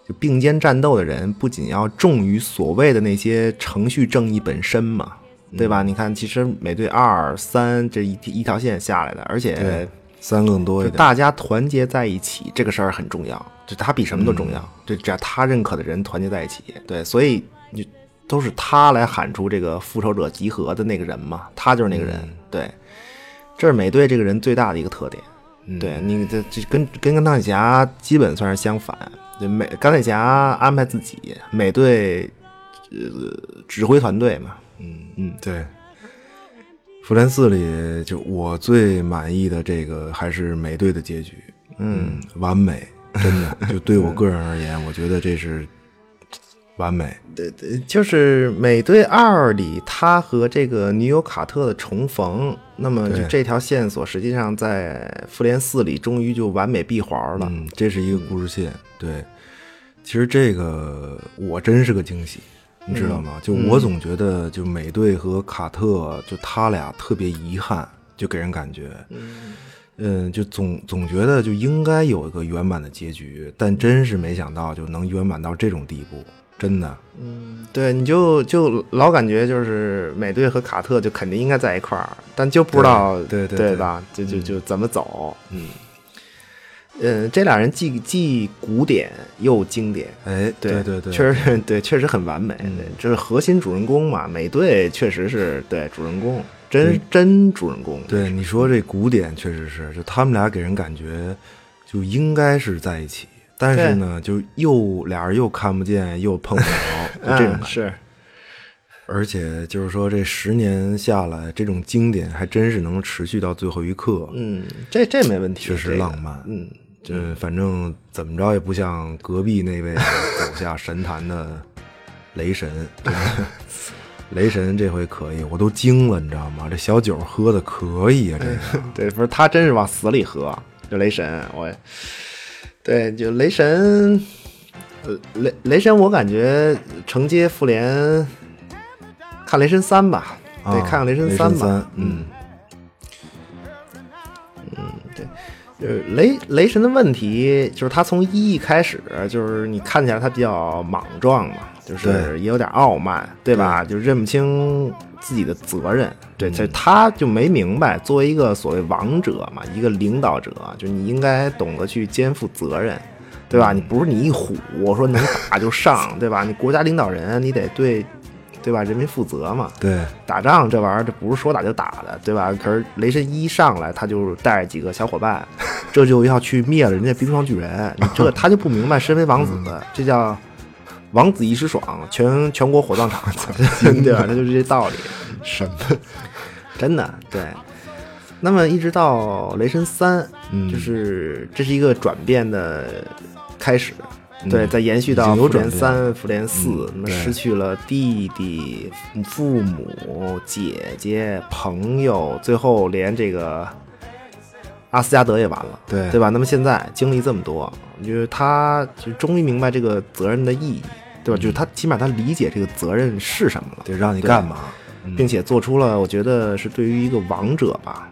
就并肩战斗的人，不仅要重于所谓的那些程序正义本身嘛，对嗯吧？你看，其实美队二三这一一条线下来的，而且对三更多就一点，大家团结在一起，这个事儿很重要，就他比什么都重要。嗯这只要他认可的人团结在一起，对，所以你就都是他来喊出这个复仇者集合的那个人嘛，他就是那个人，嗯对，这是美队这个人最大的一个特点。嗯对你这这跟跟钢铁侠基本算是相反，就美钢铁侠安排自己，美队呃指挥团队嘛，嗯对。复联四里，就我最满意的这个还是美队的结局，嗯，完美，真的，就对我个人而言，我觉得这是完美，就是《美队二》里他和这个女友卡特的重逢，那么就对这条线索实际上在《复联四》里终于就完美闭环了。嗯，这是一个故事线。对，其实这个我真是个惊喜，你知嗯道吗？就我总觉得，就美队和卡特，就他俩特别遗憾，就给人感觉，嗯，就总总觉得就应该有一个圆满的结局，但真是没想到就能圆满到这种地步，真的。对，你就就老感觉就是美队和卡特就肯定应该在一块儿，但就不知道对对对对对吧？就就就怎么走？嗯，呃，这俩人既既古典又经典，哎，对对嗯对，确实 *laughs* 对，确实很完美。对，这是核心主人公嘛，美队确实是对主人公，真真主人公。对你说这古典确实是，就他们俩给人感觉就应该是在一起，但是呢，就又俩人又看不见又碰不着，就 *laughs* 嗯，这种感觉。是，而且就是说这十年下来，这种经典还真是能持续到最后一刻，嗯，这这没问题，确实这个浪漫。嗯，这反正怎么着也不像隔壁那 *laughs* 位走下神坛的雷神，真的 *laughs* 雷神这回可以，我都惊了，你知道吗？这小酒喝的可以啊，这个。对，不是他真是往死里喝，就雷神，我，对，就雷神，呃，雷雷神，我感觉承接复联，看雷神三吧，啊对，看看雷神三吧，嗯，就是呃雷雷神的问题，就是他从一开始，就是你看起来他比较莽撞嘛，就是对也有点傲慢，对吧？就认不清自己的责任，对，这他就没明白，作为一个所谓王者嘛，一个领导者，就你应该懂得去肩负责任，对吧？你不是你一虎，我说能打就上，对吧？你国家领导人，你得对，对吧？人民负责嘛，对，打仗这玩意儿，这不是说打就打的，对吧？可是雷神一上来，他就带着几个小伙伴， *laughs* 这就要去灭了人家冰霜巨人，你这他就不明白，身为王子，这叫王子一时爽，全全国火葬场，对吧？他就是这道理，什么？真的对。那么一直嗯到雷神三，就是这是一个转变的开始，对，再延续嗯已到经复有转联变嗯三、复联四，那么对失去了弟弟、父母、姐姐、朋友，最后连这个阿斯加德也完了，对对吧？那么现在经历这么多，就是他就终于明白这个责任的意义，对嗯吧？就是他起码他理解这个责任是什么了，得让你对干嘛？嗯并且做出了我觉得是对于一个王者吧，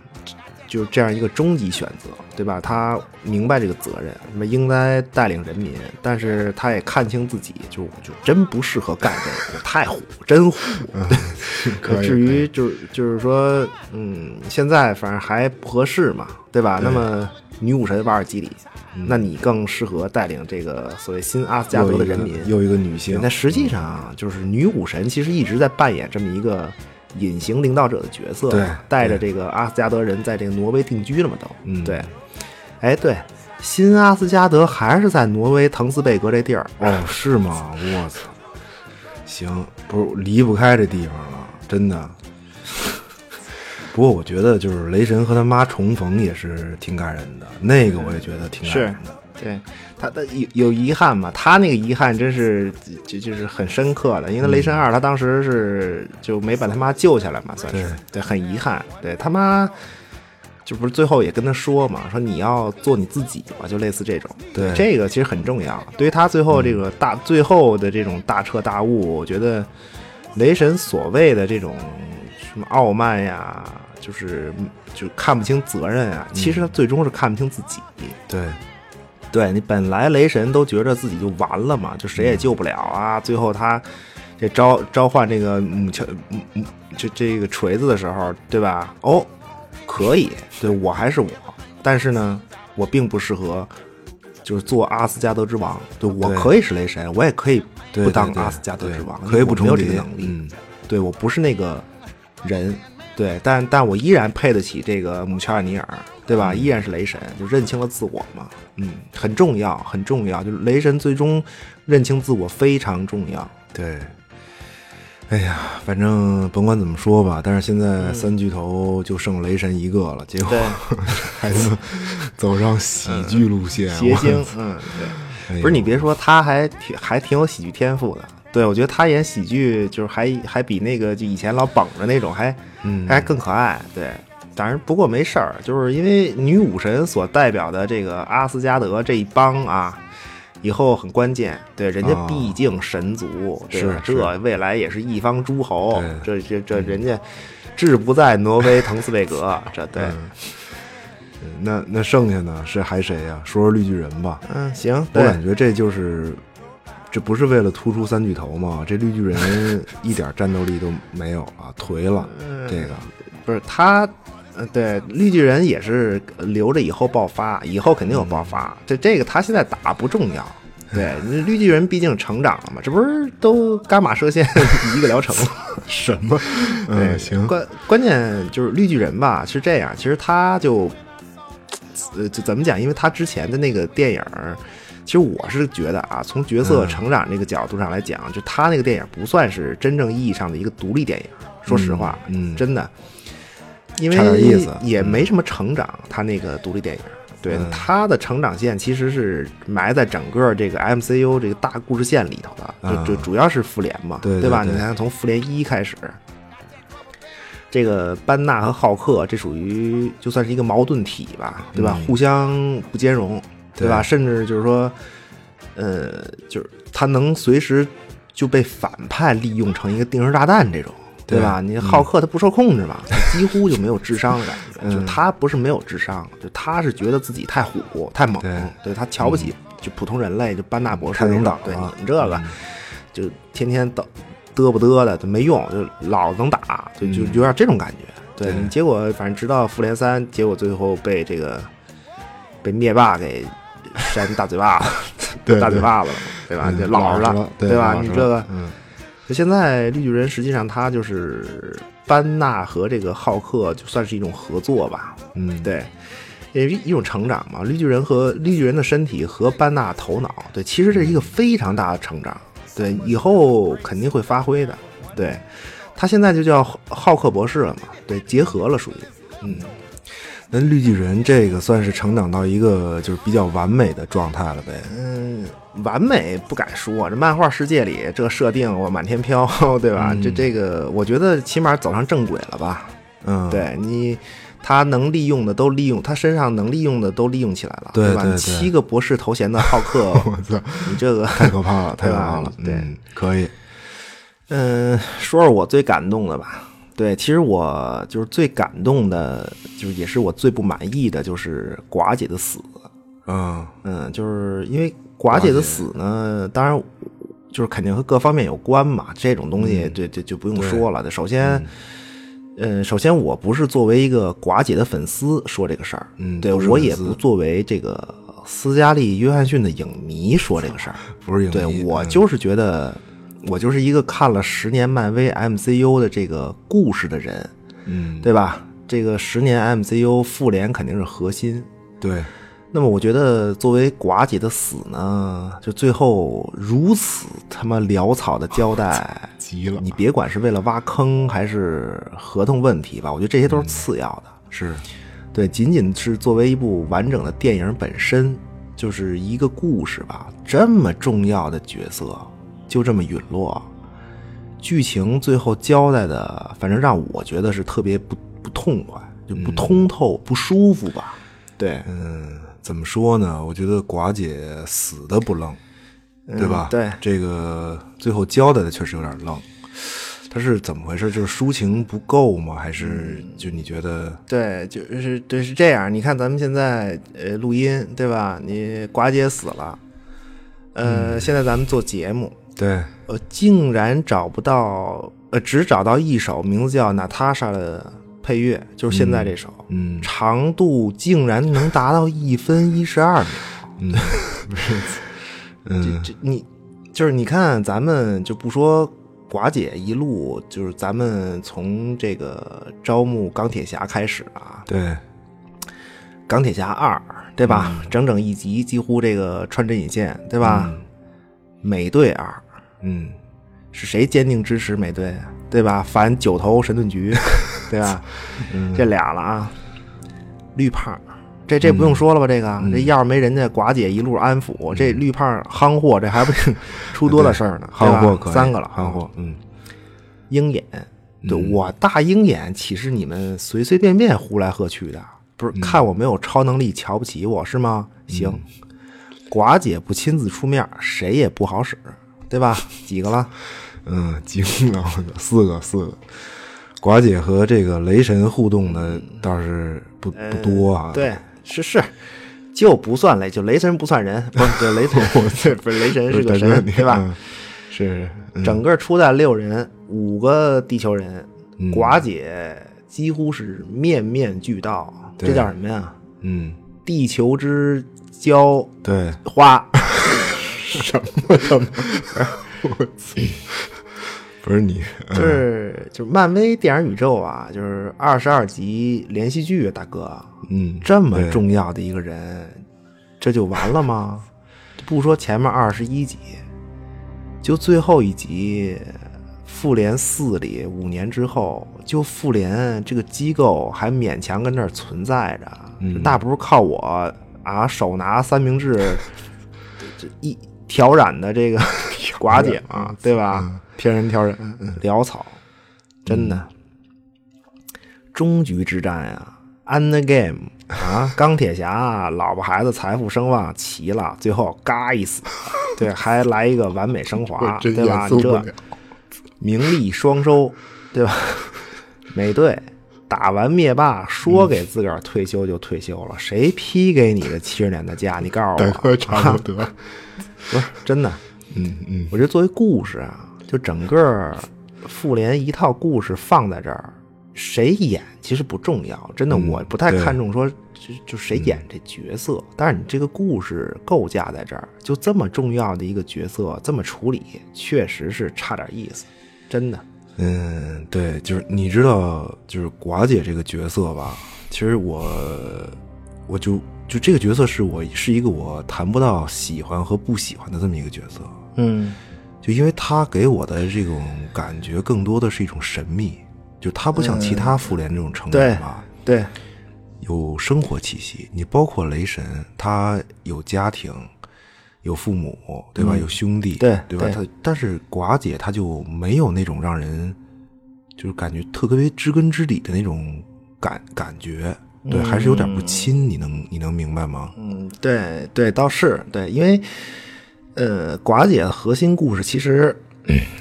就这样一个终极选择，对吧？他明白这个责任，那么应该带领人民，但是他也看清自己，就就真不适合干这个，我太虎， *laughs* 真虎。嗯可以至于就是就是说，嗯，现在反正还不合适嘛，对吧？那么女武神瓦尔基里，那你更适合带领这个所谓新阿斯加德的人民，嗯又一个女性但，实际上啊，嗯就是女武神其实一直在扮演这么一个隐形领导者的角色，对带着这个阿斯加德人在这个挪威定居了嘛，都，嗯对，哎，对，新阿斯加德还是在挪威滕斯贝格这地儿，哦，是吗？我操，行，不是离不开这地方了，真的。 *laughs* 不过我觉得就是雷神和他妈重逢也是挺感人的，那个我也觉得挺感人的。对他的有有遗憾嘛，他那个遗憾真是就就是很深刻的，因为雷神二他当时是就没把他妈救下来嘛，算是对，很遗憾，对他妈。就不是最后也跟他说嘛，说你要做你自己吧，就类似这种。对这个其实很重要。对于他最后这个大、最后的这种大彻大悟，我觉得雷神所谓的这种什么傲慢呀，就是嗯就看不清责任啊，其实他最终是看不清自己。对，对你本来雷神都觉着自己就完了嘛，就谁也救不了嗯啊。最后他这召召唤这个母枪，母母这这个锤子的时候，对吧？哦，可以，对我还是我，但是呢，我并不适合。就是做阿斯加德之王，对我对可以是雷神，我也可以对不当对对阿斯加德之王，对可以不我没有重这叠个能力。嗯对我不是那个人，对，但但我依然配得起这个姆乔尔尼尔，对嗯吧？依然是雷神，就认清了自我嘛，嗯，很重要，很重要，就是雷神最终认清自我非常重要。对，哎呀，反正甭管怎么说吧，但是现在嗯三巨头就剩雷神一个了，结果 *laughs* 还是走上喜剧路线，邪我 *laughs* 精，嗯，哎对，呦不是你别说，他还挺还挺有喜剧天赋的。对，我觉得他演喜剧就是还还比那个就以前老绷着那种还，嗯还更可爱。对，当然不过没事儿，就是因为女武神所代表的这个阿斯加德这一帮啊，以后很关键。对，人家啊毕竟神族，对吧是这未来也是一方诸侯，对嗯这这这人家志不在挪威滕斯贝格，这对。嗯那那剩下呢是还谁呀、说说绿巨人吧。嗯，行，我对，感觉这就是，这不是为了突出三巨头吗？这绿巨 *laughs* 人一点战斗力都没有了，颓了。呃这个不是他，呃，对，绿巨人也是留着以后爆发，以后肯定有爆发。这这个他现在打不重要， *laughs* 对，绿巨人毕竟成长了嘛，这不是都伽马射线一个疗程吗？ *laughs* 什么？嗯，行，关关键就是绿巨人吧，是这样，其实他就，呃，就怎么讲？因为他之前的那个电影儿，其实我是觉得啊，从角色成长这个角度上来嗯讲，就他那个电影不算是真正意义上的一个独立电影。说实话，嗯嗯真的，因为差点意思嗯也没什么成长。他那个独立电影，对他的成长线其实是埋在整个这个 MCU 这个大故事线里头的，就就主要是复联嘛，嗯对对吧？对你看从复联一开始，这个班纳和浩克，这属于就算是一个矛盾体吧，对吧？互相不兼容，对吧？嗯对甚至就是说，呃，就是他能随时就被反派利用成一个定时炸弹这种，对吧？你浩嗯克他不受控制嘛，几乎就没有智商的感觉。嗯就他不是没有智商，就他是觉得自己太虎太猛，对嗯对他瞧不起就普通人类，就班纳博士太能那种打对你了们这嗯个。就天天嘚嘚不嘚的，就没用，就老能打，就就有点这种感觉。对嗯对你结果反正直到复联三，结果最后被这个被灭霸给扇大嘴巴，对大嘴巴子了，对吧？嗯就老老实实了对对吧？老你实这了个，嗯就现在绿巨人实际上他就是班纳和这个浩克，就算是一种合作吧，嗯，对，也是一种成长嘛。绿巨人和绿巨人的身体和班纳头脑，对，其实这是一个非常大的成长，对，以后肯定会发挥的。对，他现在就叫浩浩克博士了嘛，对，结合了属于，嗯，那绿巨人这个算是成长到一个就是比较完美的状态了呗。嗯，完美不敢说，这漫画世界里这设定我满天飘， *laughs* 对吧？这这个我觉得起码走上正轨了吧？嗯，对你，他能利用的都利用，他身上能利用的都利用起来了，对吧？对对七个博士头衔的浩克， *laughs* 我操，你这个太可怕 *laughs* 了，太对可吧怕了。对嗯，可以。嗯，说说我最感动的吧。对，其实我就是最感动的，就是也是我最不满意的，就是寡姐的死。嗯嗯，就是因为寡姐的死呢，当然就是肯定和各方面有关嘛，这种东嗯西这这就不用说了。首先，嗯，首先我不是作为一个寡姐的粉丝说这个事儿，嗯对不是我粉也丝不作为这个斯嘉丽·约翰逊的影迷说这个事儿，不是影迷对我嗯就是觉得，我就是一个看了十年漫威 MCU 的这个故事的人，嗯，对吧？这个十年 MCU 复联肯定是核心，对，那么我觉得，作为寡姐的死呢，就最后如此他妈潦草的交 *laughs* 代，急了你别管是为了挖坑还是合同问题吧，我觉得这些嗯都是次要的。是，对，仅仅是作为一部完整的电影本身，就是一个故事吧，这么重要的角色就这么陨落，剧情最后交代的，反正让我觉得是特别不不痛快，就不通透、不舒服吧。对，嗯，怎么说呢？我觉得寡姐死的不愣，对吧？嗯对这个最后交代的确实有点愣。他是怎么回事？就是抒情不够吗？还是嗯就你觉得？对，就是对是这样。你看咱们现在呃录音对吧？你寡姐死了，嗯呃，现在咱们做节目，对，呃，竟然找不到，呃，只找到一首名字叫《娜塔莎》的配乐，就是现在这首，嗯长度竟然能达到一分一十二秒。嗯，这你就是你看，咱们就不说寡姐一路，就是咱们从这个招募钢铁侠开始啊，对，钢铁侠二，对吧？嗯整整一集，几乎这个穿针引线，对吧？美队二嗯，是谁坚定支持美队？啊对吧？反九头神盾 *laughs* 局，对吧？嗯这俩了啊，绿胖。这这不嗯用说了吧？这个、这要是没人家寡姐一路安抚，这嗯绿胖夯货，这还不 *laughs* 出多大事儿呢？对吧憨货可以三个了，啊憨货，嗯，鹰眼，对、我大鹰眼，岂是你们随随便便呼来喝去的？不是、看我没有超能力，瞧不起我是吗？行，寡姐不亲自出面，谁也不好使，对吧？几个了？嗯，惊了，我操，四个四个。寡姐和这个雷神互动的倒是不不多啊，嗯呃对，是是，就不算雷，就雷神不算人，不 *laughs* 是对雷神，对不是雷神不是，是个但是神，你对吧？？嗯是，整个初代六人，五个地球人，寡姐几乎是面面俱到，对这叫什么呀？嗯，地球之交对，花。不是 *laughs* 你，嗯就是就是漫威电影宇宙啊，就是二十二集连续剧啊，大哥，嗯，这么对重要的一个人，这就完 *laughs* 了吗？不说前面二十一集，就最后一集《复联四》里，五年之后，就复联这个机构还勉强跟这儿存在着，嗯那不是靠我啊手拿三 *laughs* 明治这这一挑染的这个 *laughs* 寡姐嘛，对吧？天嗯人挑染，嗯潦草，真的。终局之战呀、u n d the game 啊， *laughs* 钢铁侠、老婆孩子、财富、声望齐了，最后嘎一死， *laughs* 对，还来一个完美 *laughs* 升华，真对严吧？肃你不这了名利双收，对吧？ *laughs* 美队打完灭霸，说给自个儿退休就退休了，谁批给你的七十年的假？你告诉大我哥，差不 *laughs* 多得，不是真的。嗯嗯，我觉得作为故事啊，就整个复联一套故事放在这儿，谁演其实不重要，真的，我不太嗯对嗯看重说就就谁演这角色，但是你这个故事构架在这儿，就这么重要的一个角色这么处理，确实是差点意思，真的。嗯，对，就是你知道，就是寡姐这个角色吧，其实我我就就这个角色是我是一个我谈不到喜欢和不喜欢的这么一个角色，嗯就因为她给我的这种感觉嗯更多的是一种神秘，就她不像其他复联这种成员吧，对，有生活气息。你包括雷神，他有家庭，有父母，对吧？有兄弟，对对吧？对他但是寡姐她就没有那种让人就是感觉特别知根知底的那种感感觉，对，还是有点不亲。你能你能明白吗？嗯，对对，倒是对，因为呃，寡姐的核心故事 *clears throat* 其实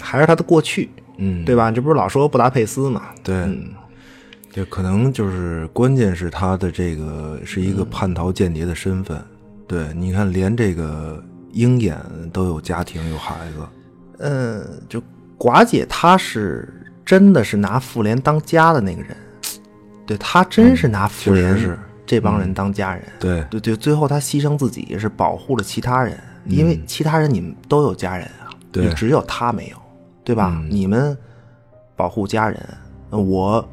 还是她的过去，嗯，对吧？这不是老说布达佩斯嘛？对，就可能就是关键是他的这个是一个叛逃间谍的身份。对，你看，连这个鹰眼都有家庭有孩子。呃，就寡姐她是真的是拿妇联当家的那个人，对她真是拿妇联嗯确实是嗯这帮人当家人，对对对，最后她牺牲自己是保护了其他人，因为其他人你们都有家人啊，对你只有她没有，对吧？你们保护家人，那我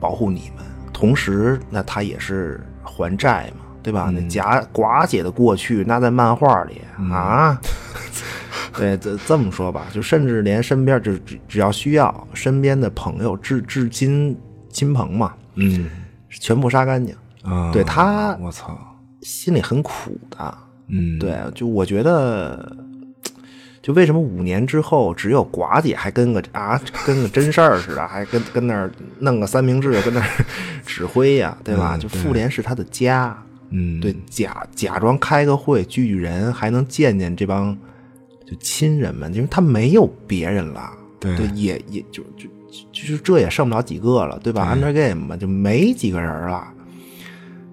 保护你们，同时那她也是还债嘛。对吧？那贾寡姐的过去，那在漫画里啊， *laughs* 对，这这么说吧，就甚至连身边就是只只要需要身边的朋友，至至亲亲朋嘛，嗯全部杀干净，啊，对他我操，心里很苦的。嗯，对，就我觉得，就为什么五年之后只有寡姐还跟个啊跟个真事儿似的，还跟跟那儿弄个三明治，跟那儿 *laughs* 指挥呀、对吧？嗯就对妇联是他的家，嗯，对，假假装开个会聚聚人，还能见见这帮就亲人们，因为他没有别人了，对也也就就就就这也剩不了几个了，对吧？Undergame 嘛，就没几个人了，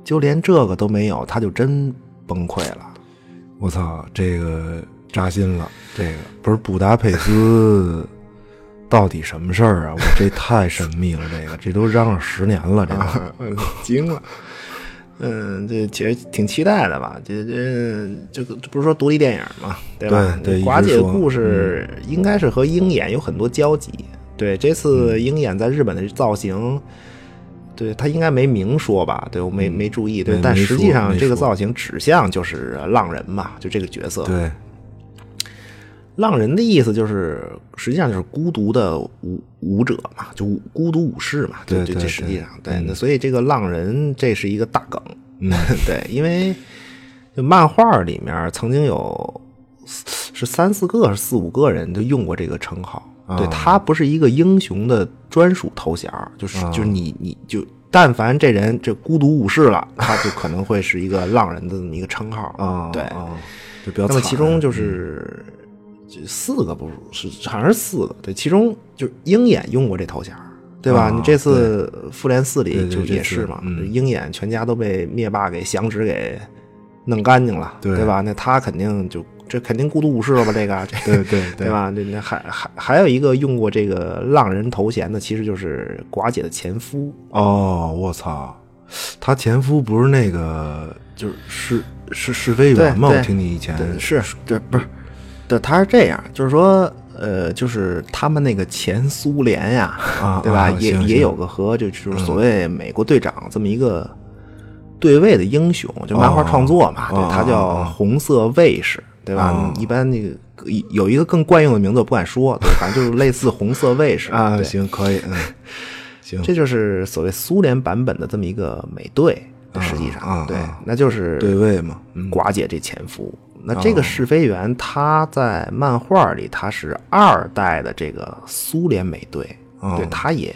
就连这个都没有，他就真崩溃了。我操，这个扎心了。这个不是布达佩斯到底什么事儿啊？我这太神秘了，这个这都嚷嚷十年了，这个。嗯，惊了。嗯，这其实挺期待的吧？这这这个这不是说独立电影嘛，对吧？对对一直寡姐的说嗯故事应该是和鹰眼有很多交集。对，这嗯次鹰眼在日本的造型，对他应该没明说吧？对我没没注意，对，没但嗯没实际说上没这个说造型指向就是浪人嘛，就这个角色。对，浪人的意思就是，实际上就是孤独的舞舞者嘛，就舞孤独武士嘛，这对这对这对嗯实际上对，那所以这个浪人这是一个大梗，嗯、 *laughs* 对，因为就漫画里面曾经有四是三四个还是四五个人就用过这个称号，啊对他不是一个英雄的专属头衔儿，就是、啊就是你你就。但凡这人这孤独武士了，他就可能会是一个浪人的这么一个称号啊，对，啊就比较那惨。么其中就是这四个不是是好像是四个，对，其中就是鹰眼用过这头衔儿，对吧？啊你这次复联四里对就对这也次是嘛，嗯就鹰眼全家都被灭霸给响指给弄干净了，对对吧？那他肯定就这肯定孤独武士了吧？这个这 *laughs* 对对对 *laughs* 对吧？这那还还还有一个用过这个浪人头衔的，其实就是寡姐的前夫，哦，我操！他前夫不是那个，就是是是是非员吗？对对我听你以前对，嗯是对，不是，对，他是这样，就是说，呃，就是他们那个前苏联呀，啊对吧？啊也行也行嗯有个和就就是所谓美国队长这么一个对位的英雄，哦就漫画创作嘛，对，他叫红色卫士，对吧？哦一般那个有一个更惯用的名字，我不敢说，对，反正就是类似红色卫士啊，对行，可以，嗯，行，这就是所谓苏联版本的这么一个美队，实际上、啊对啊，那就是对位嘛，嗯，哦寡姐这前夫。那这个是非员，他在漫画里他是二代的这个苏联美队，对，他也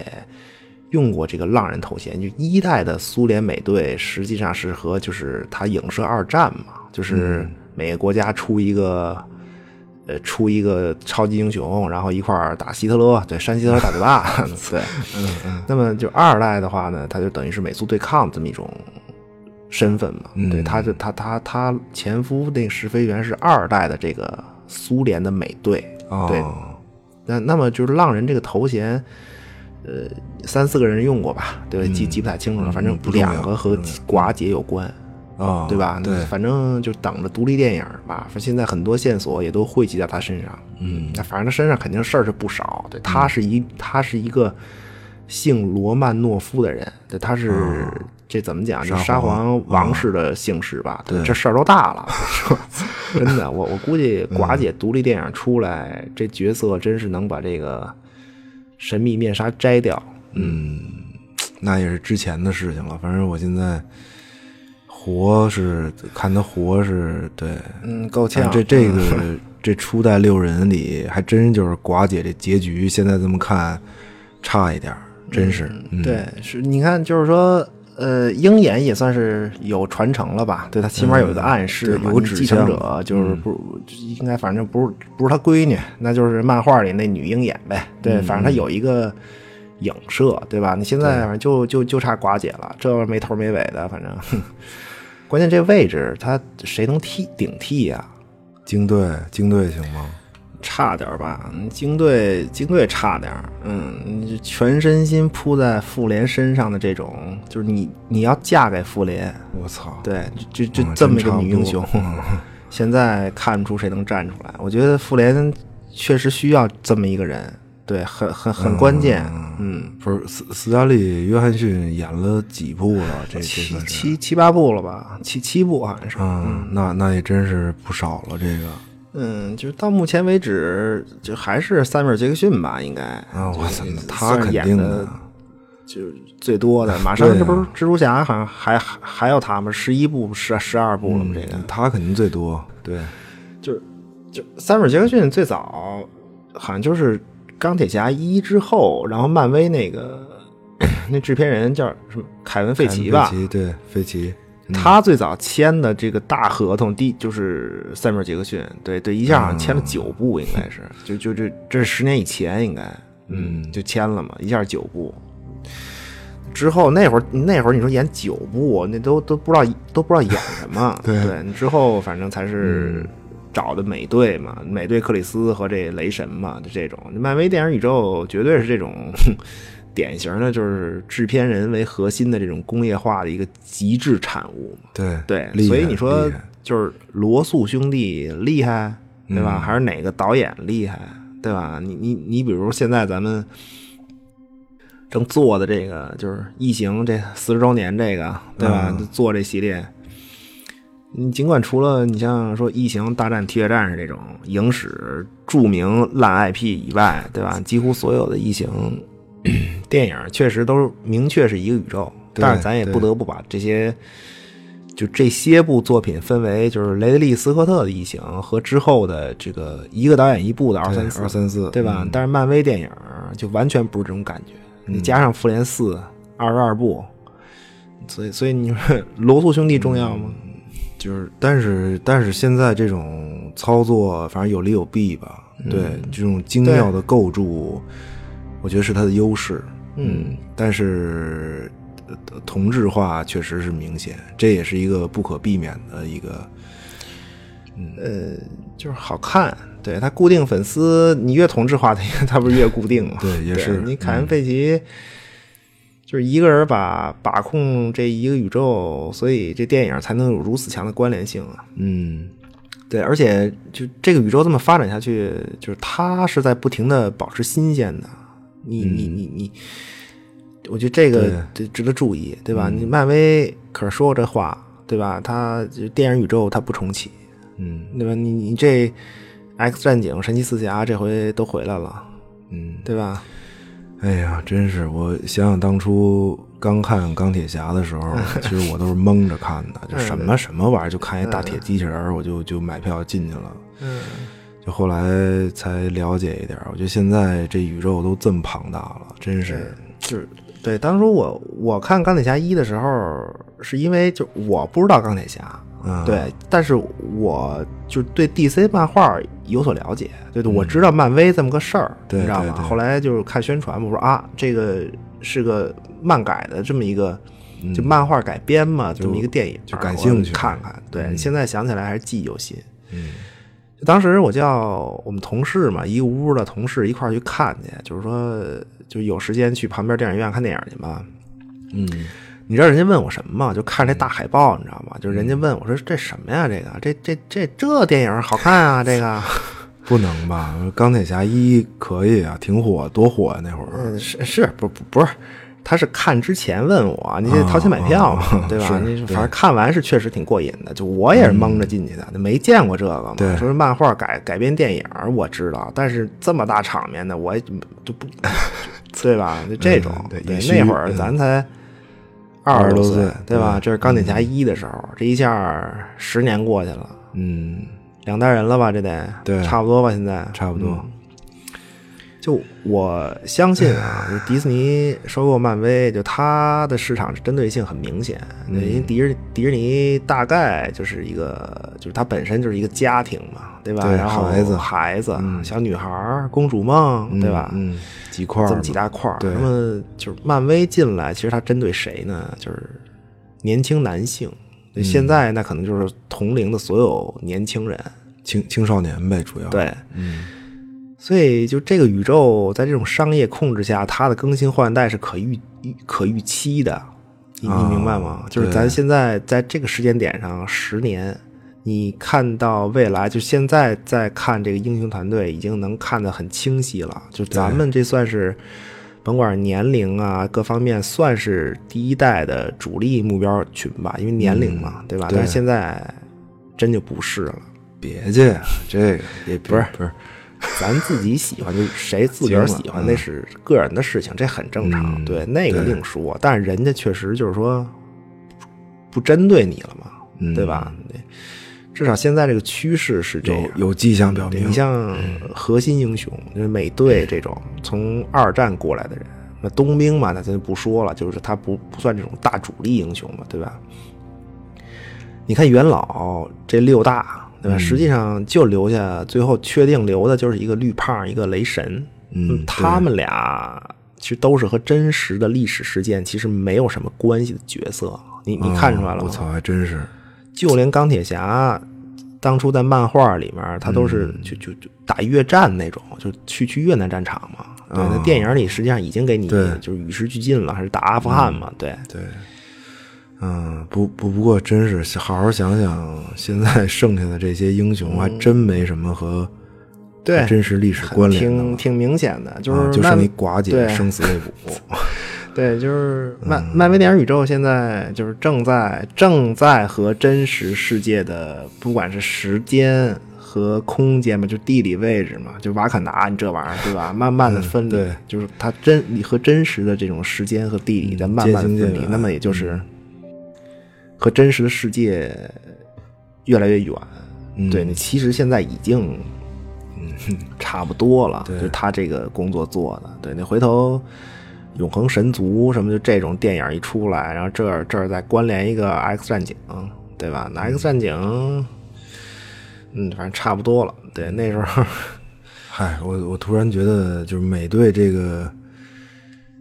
用过这个浪人头衔。就一代的苏联美队实际上是和就是他影射二战嘛，就是每个国家出一个。呃，出一个超级英雄，然后一块儿打希特勒，对，扇希特勒大嘴巴，对，那么就二代的话呢，他就等于是美苏对抗这么一种身份嘛。对，他是他他他前夫那个石飞元是二代的这个苏联的美队。对，哦，那那么就是浪人这个头衔，呃，三四个人用过吧？对，记记不太清楚了，反正嗯不重要嗯两个和寡姐有关。啊，哦对吧？对那，反正就等着独立电影吧。反正现在很多线索也都汇集在他身上。嗯，那反正他身上肯定事儿是不少。对他是一，他是一个姓罗曼诺夫的人。对，他是、这怎么讲？就哦沙皇王室的姓氏吧。对，这事儿都大 *laughs* 了，是吧？真的，我我估计寡姐独立电影出来，这角色真是能把这个神秘面纱摘掉。嗯，那也是之前的事情了。反正我现在活是看他活是对，嗯，够但呛。这这 *laughs* 个这初代六人里，还真就是寡姐这结局，现在这么看差一点儿，真是。嗯，对，是你看，就是说，呃，鹰眼也算是有传承了吧？对他起码有一个暗嗯示对嘛，有个你指继承向嗯者就是不、应该，反正不是不是他闺女，那就是漫画里那女鹰眼呗。对，嗯反正他有一个影射，对吧？你现在反正就就就差寡姐了，这没头没尾的，反正。 *laughs* 哼关键这位置他谁能替顶替呀、京队京队行吗？差点儿吧，嗯京队京队差点儿，嗯，你就全身心扑在妇联身上的这种，就是你你要嫁给妇联，我操！对，就就嗯就这么真一个差不女英雄 *laughs* 多嗯，现在看不出谁能站出来。我觉得妇联确实需要这么一个人，对，很很很关键，嗯，不是斯斯嘉丽·约翰逊演了几部了？这这七算是七七八部了吧，七七部好像是，嗯，那那也真是不少了。这个嗯，就是到目前为止，就还是塞缪尔·杰克逊吧，应该啊，我操，他算是肯演定的就是最多 *laughs* 的。马对上啊这不是蜘蛛侠，好像还还还有他们十一部、十十二部了吗？这个、嗯他肯定最多。对，就是就三本杰克逊最早好像就是钢铁侠一之后，然后漫威那个 *coughs* 那制片人叫什么凯文·费奇吧费？奇对，费奇。他最早签的这个大合同，第就是塞缪尔·杰克逊，对对，一下好像签了九部，应该是，就就这这是十年以前，应该，嗯，就签了嘛，一下九部。之后那会儿那会儿你说演九部，那都都不知道都不知道演什 *laughs* 么，对嗯你之后反正才是找的美队嘛，美队克里斯和这雷神嘛，就这种漫威电影宇宙绝对是这种 *laughs* 典型的，就是制片人为核心的这种工业化的一个极致产物嘛。对对，厉害所以你说厉害就是罗素兄弟厉害，对嗯吧？还是哪个导演厉害，对吧？你你你，比如现在咱们正做的这个就是《异形》这四十周年这个，对吧？嗯就做这系列，你尽管除了你像说《异形大战铁血战士》这种影史著名烂 IP 以外，对吧？几乎所有的 *clears throat* 异形电影确实都明确是一个宇宙，对但是咱也不得不把这些就这些部作品分为就是雷德利·斯科特的《异形》和之后的这个一个导演一部的二三四二三四嗯对吧？但是漫威电影就完全不是这种感觉，你加上《复联四》二十二部，所以所以你说罗素兄弟重要吗？嗯就是，但是但是现在这种操作，反正有利有弊吧。嗯对，这种精妙的构筑，我觉得是它的优势。嗯，但是呃同质化确实是明显，这也是一个不可避免的一个。嗯呃就是好看。对他固定粉丝，你越同质化 *laughs* 他，他不是越固定吗？对也是嗯你凯文费奇就是一个人把把控这一个宇宙，所以这电影才能有如此强的关联性啊。嗯，对，而且就这个宇宙这么发展下去，就是它是在不停的保持新鲜的。你你你你，我觉得这个得值得注意，对吧？你漫威可是说过这话，对吧？它就电影宇宙它不重启，嗯，对吧？你你这 X 战警、神奇四侠这回都回来了，嗯，对吧？哎呀，真是我想想当初刚看钢铁侠的时 *laughs* 候，其实我都是蒙着看的，嗯就什么什么玩意儿，就看一大铁机器人儿，我就就买票进去了。嗯，就后来才了解一点儿，我觉得现在这宇宙都这么庞大了，真是就是对，当初我我看钢铁侠一的时候，是因为就我不知道钢铁侠，嗯对，但是我就对 DC 漫画有所了解，对对，我知道漫威这么个事儿，嗯对你知道对吗？对后来就是看宣传嘛，我说啊，这个是个漫改的这么一个。就漫画改编嘛，这么一个电影，嗯就感兴趣我看看。对，现在想起来还是记忆犹新。当时我叫我们同事嘛，一个屋的同事一块儿去看去，就是说，就有时间去旁边电影院看电影去嘛。嗯，你知道人家问我什么吗？就看这大海报，你知道吗？就人家问我说这什么呀？这个这这这这电影好看啊？这个不能吧？钢铁侠一可以啊，挺火，多火啊那会儿。嗯是是不不不是。他是看之前问我，你得掏钱买票嘛，对吧？啊是你对反正看完是确实挺过瘾的，就我也是蒙着进去的，没见过这个嘛。嗯对说是漫画改改编电影儿，我知道，但是这么大场面的，我也就 *laughs* 不，对吧？就这种，嗯对对也，那许会儿嗯咱才二十多20多岁嗯对吧？这是钢铁侠一的时候，这一下儿十年过去了，嗯，两代人了吧？这得对差不多吧？现在嗯差不多。就我相信啊， *sighs* 就迪士尼收购漫威，就它的市场针对性很明显。嗯因为迪士迪士尼大概就是一个，就是它本身就是一个家庭嘛，对吧？对然后孩子孩子、小女孩儿、公主梦，对吧？嗯，几块儿这嘛么几大块儿。对那么就是漫威进来，其实它针对谁呢？就是年轻男性。嗯对现在那可能就是同龄的所有年轻人。青青少年呗，主要，对，嗯，所以就这个宇宙在这种商业控制下，它的更新换代是可预预可预期的，你你啊明白吗？就是对咱现在在这个时间点上，十年。你看到未来，就现在在看这个英雄团队，已经能看得很清晰了。就咱们这算是，甭管是年龄啊各方面，算是第一代的主力目标群吧，因为年龄嘛，对吧？嗯对但是现在真就不是了。别介呀，这个也不是不是，咱自己喜欢就是谁自个儿喜行欢，了嗯那是个人的事情，这很正常。嗯对，那个对另说。但是人家确实就是说不针对你了嘛，嗯对吧？对至少现在这个趋势是这样有。有迹象表对明啊你，像核心英雄，就是美队这种嗯从二战过来的人，那冬兵嘛，那咱就不说了，就是他不不算这种大主力英雄嘛，对吧？你看元老这六大，对吧？嗯实际上就留下最后确定留的就是一个绿胖，一个雷神。嗯他们俩其实都是和真实的历史事件其实没有什么关系的角色。你你看出来哦了吗？嗯我操，还真是，就连钢铁侠当初在漫画里面，他都嗯是就就就打越战那种，就去去越南战场嘛。对，那电影里实际上已经给你哦对就是与时俱进了，还是打阿富汗嘛？对，对，嗯，不不不过真是好好想想，现在剩下的这些英雄还真没什么和嗯对和真实历史关联的挺了，挺明显的，就是、啊，就漫剩一寡姐对生死未卜，对，就是漫漫威电影宇宙现在就是正在正在和真实世界的，不管是时间和空间嘛，就地理位置嘛，就瓦坎达你这玩意儿对吧？慢慢的分离，对就是它真你和真实的这种时间和地理在慢慢渐地分行离渐，远那么也就是和真实的世界越来越远。对你其实现在已经嗯差不多了，就他这个工作做的。对你回头《永恒神族》什么就这种电影一出来，然后这儿这儿再关联一个《X 战警》，对吧？那《X 战警》，嗯，反正差不多了。对，那时候嗨，我我突然觉得，就是美队这个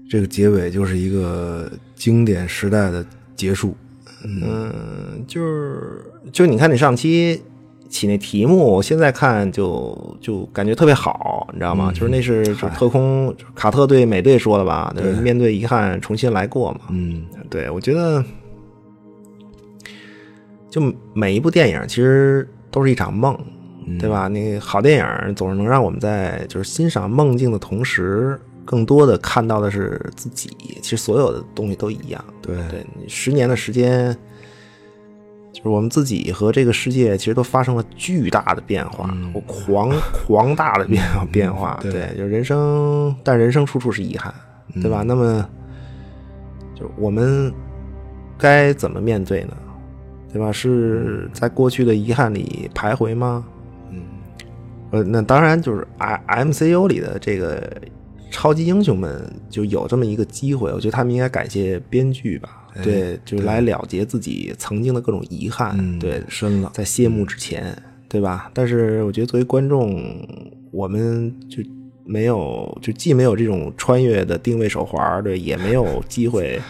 这个结尾就是一个经典时代的结束。嗯，就是就你看你上期起那题目，现在看就就感觉特别好，你知道吗？就是那是就特空就是卡特对美队说的吧？对，面对遗憾，重新来过嘛。嗯，对我觉得，就每一部电影其实都是一场梦，对吧？那好电影总是能让我们在就是欣赏梦境的同时，更多的看到的是自己。其实所有的东西都一样，对对，你十年的时间，就是我们自己和这个世界其实都发生了巨大的变化，我狂狂大的变变化。对对，就是人生，但人生处处是遗憾，对吧？那么，就是我们该怎么面对呢？对吧？是在过去的遗憾里徘徊吗？嗯，呃，那当然就是 I MCU 里的这个超级英雄们就有这么一个机会，我觉得他们应该感谢编剧吧，对，就是来了结自己曾经的各种遗憾，嗯对，深了在谢幕之前，对吧？但是我觉得作为观众，我们就没有，就既没有这种穿越的定位手环儿，对，也没有机会。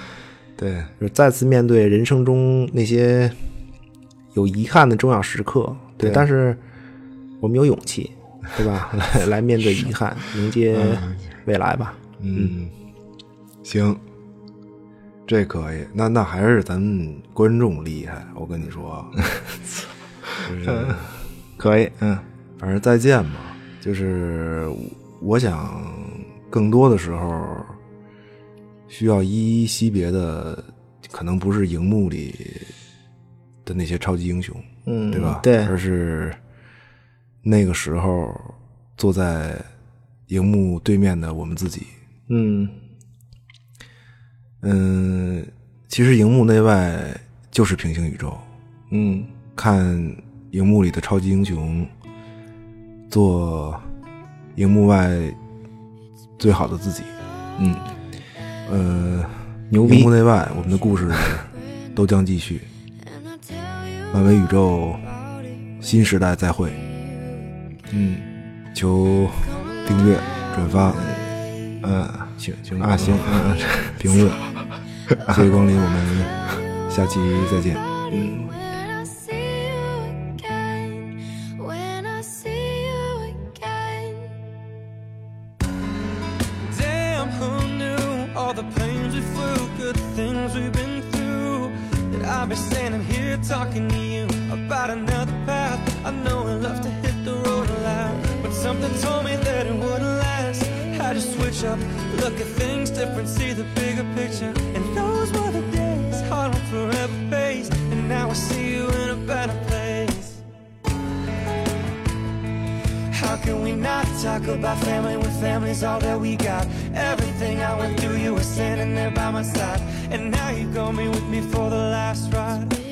对，就是再次面对人生中那些有遗憾的重要时刻，对，但是我们有勇气，对吧？ *laughs* 来来面对遗憾，迎接未来吧。嗯，行，这可以。那那还是咱们观众厉害，我跟你 *laughs* 说，就是可以，嗯，反正再见吧。就是我想，更多的时候，需要一一惜别的，可能不是荧幕里的那些超级英雄，嗯，对吧？对，而是那个时候坐在荧幕对面的我们自己。嗯嗯，其实荧幕内外就是平行宇宙，嗯看荧幕里的超级英雄做荧幕外最好的自己。嗯，呃，牛荧逼幕，内外，我们的故事都将继 *laughs* 续。漫威宇宙新时代再会，嗯，求订阅、转发、嗯，行行啊行，嗯 *laughs* 评论。谢谢光临，我们下期再见。嗯。 When I see you again, when I see you again. Damn, who knew all the pains we flew, good things we've been through. That I'll be standing here talking to you about another path. I know I love to hit the road a lot, but something told me that it wouldn't last. Had to switch up, look at things different, see the bigger picture. And those were the days, hard on forever face. And now I see you in a better place. How can we not talk about family when family's all that we got? Everything I went through, you were standing there by my side. And now you go me with me for the last ride. Oh,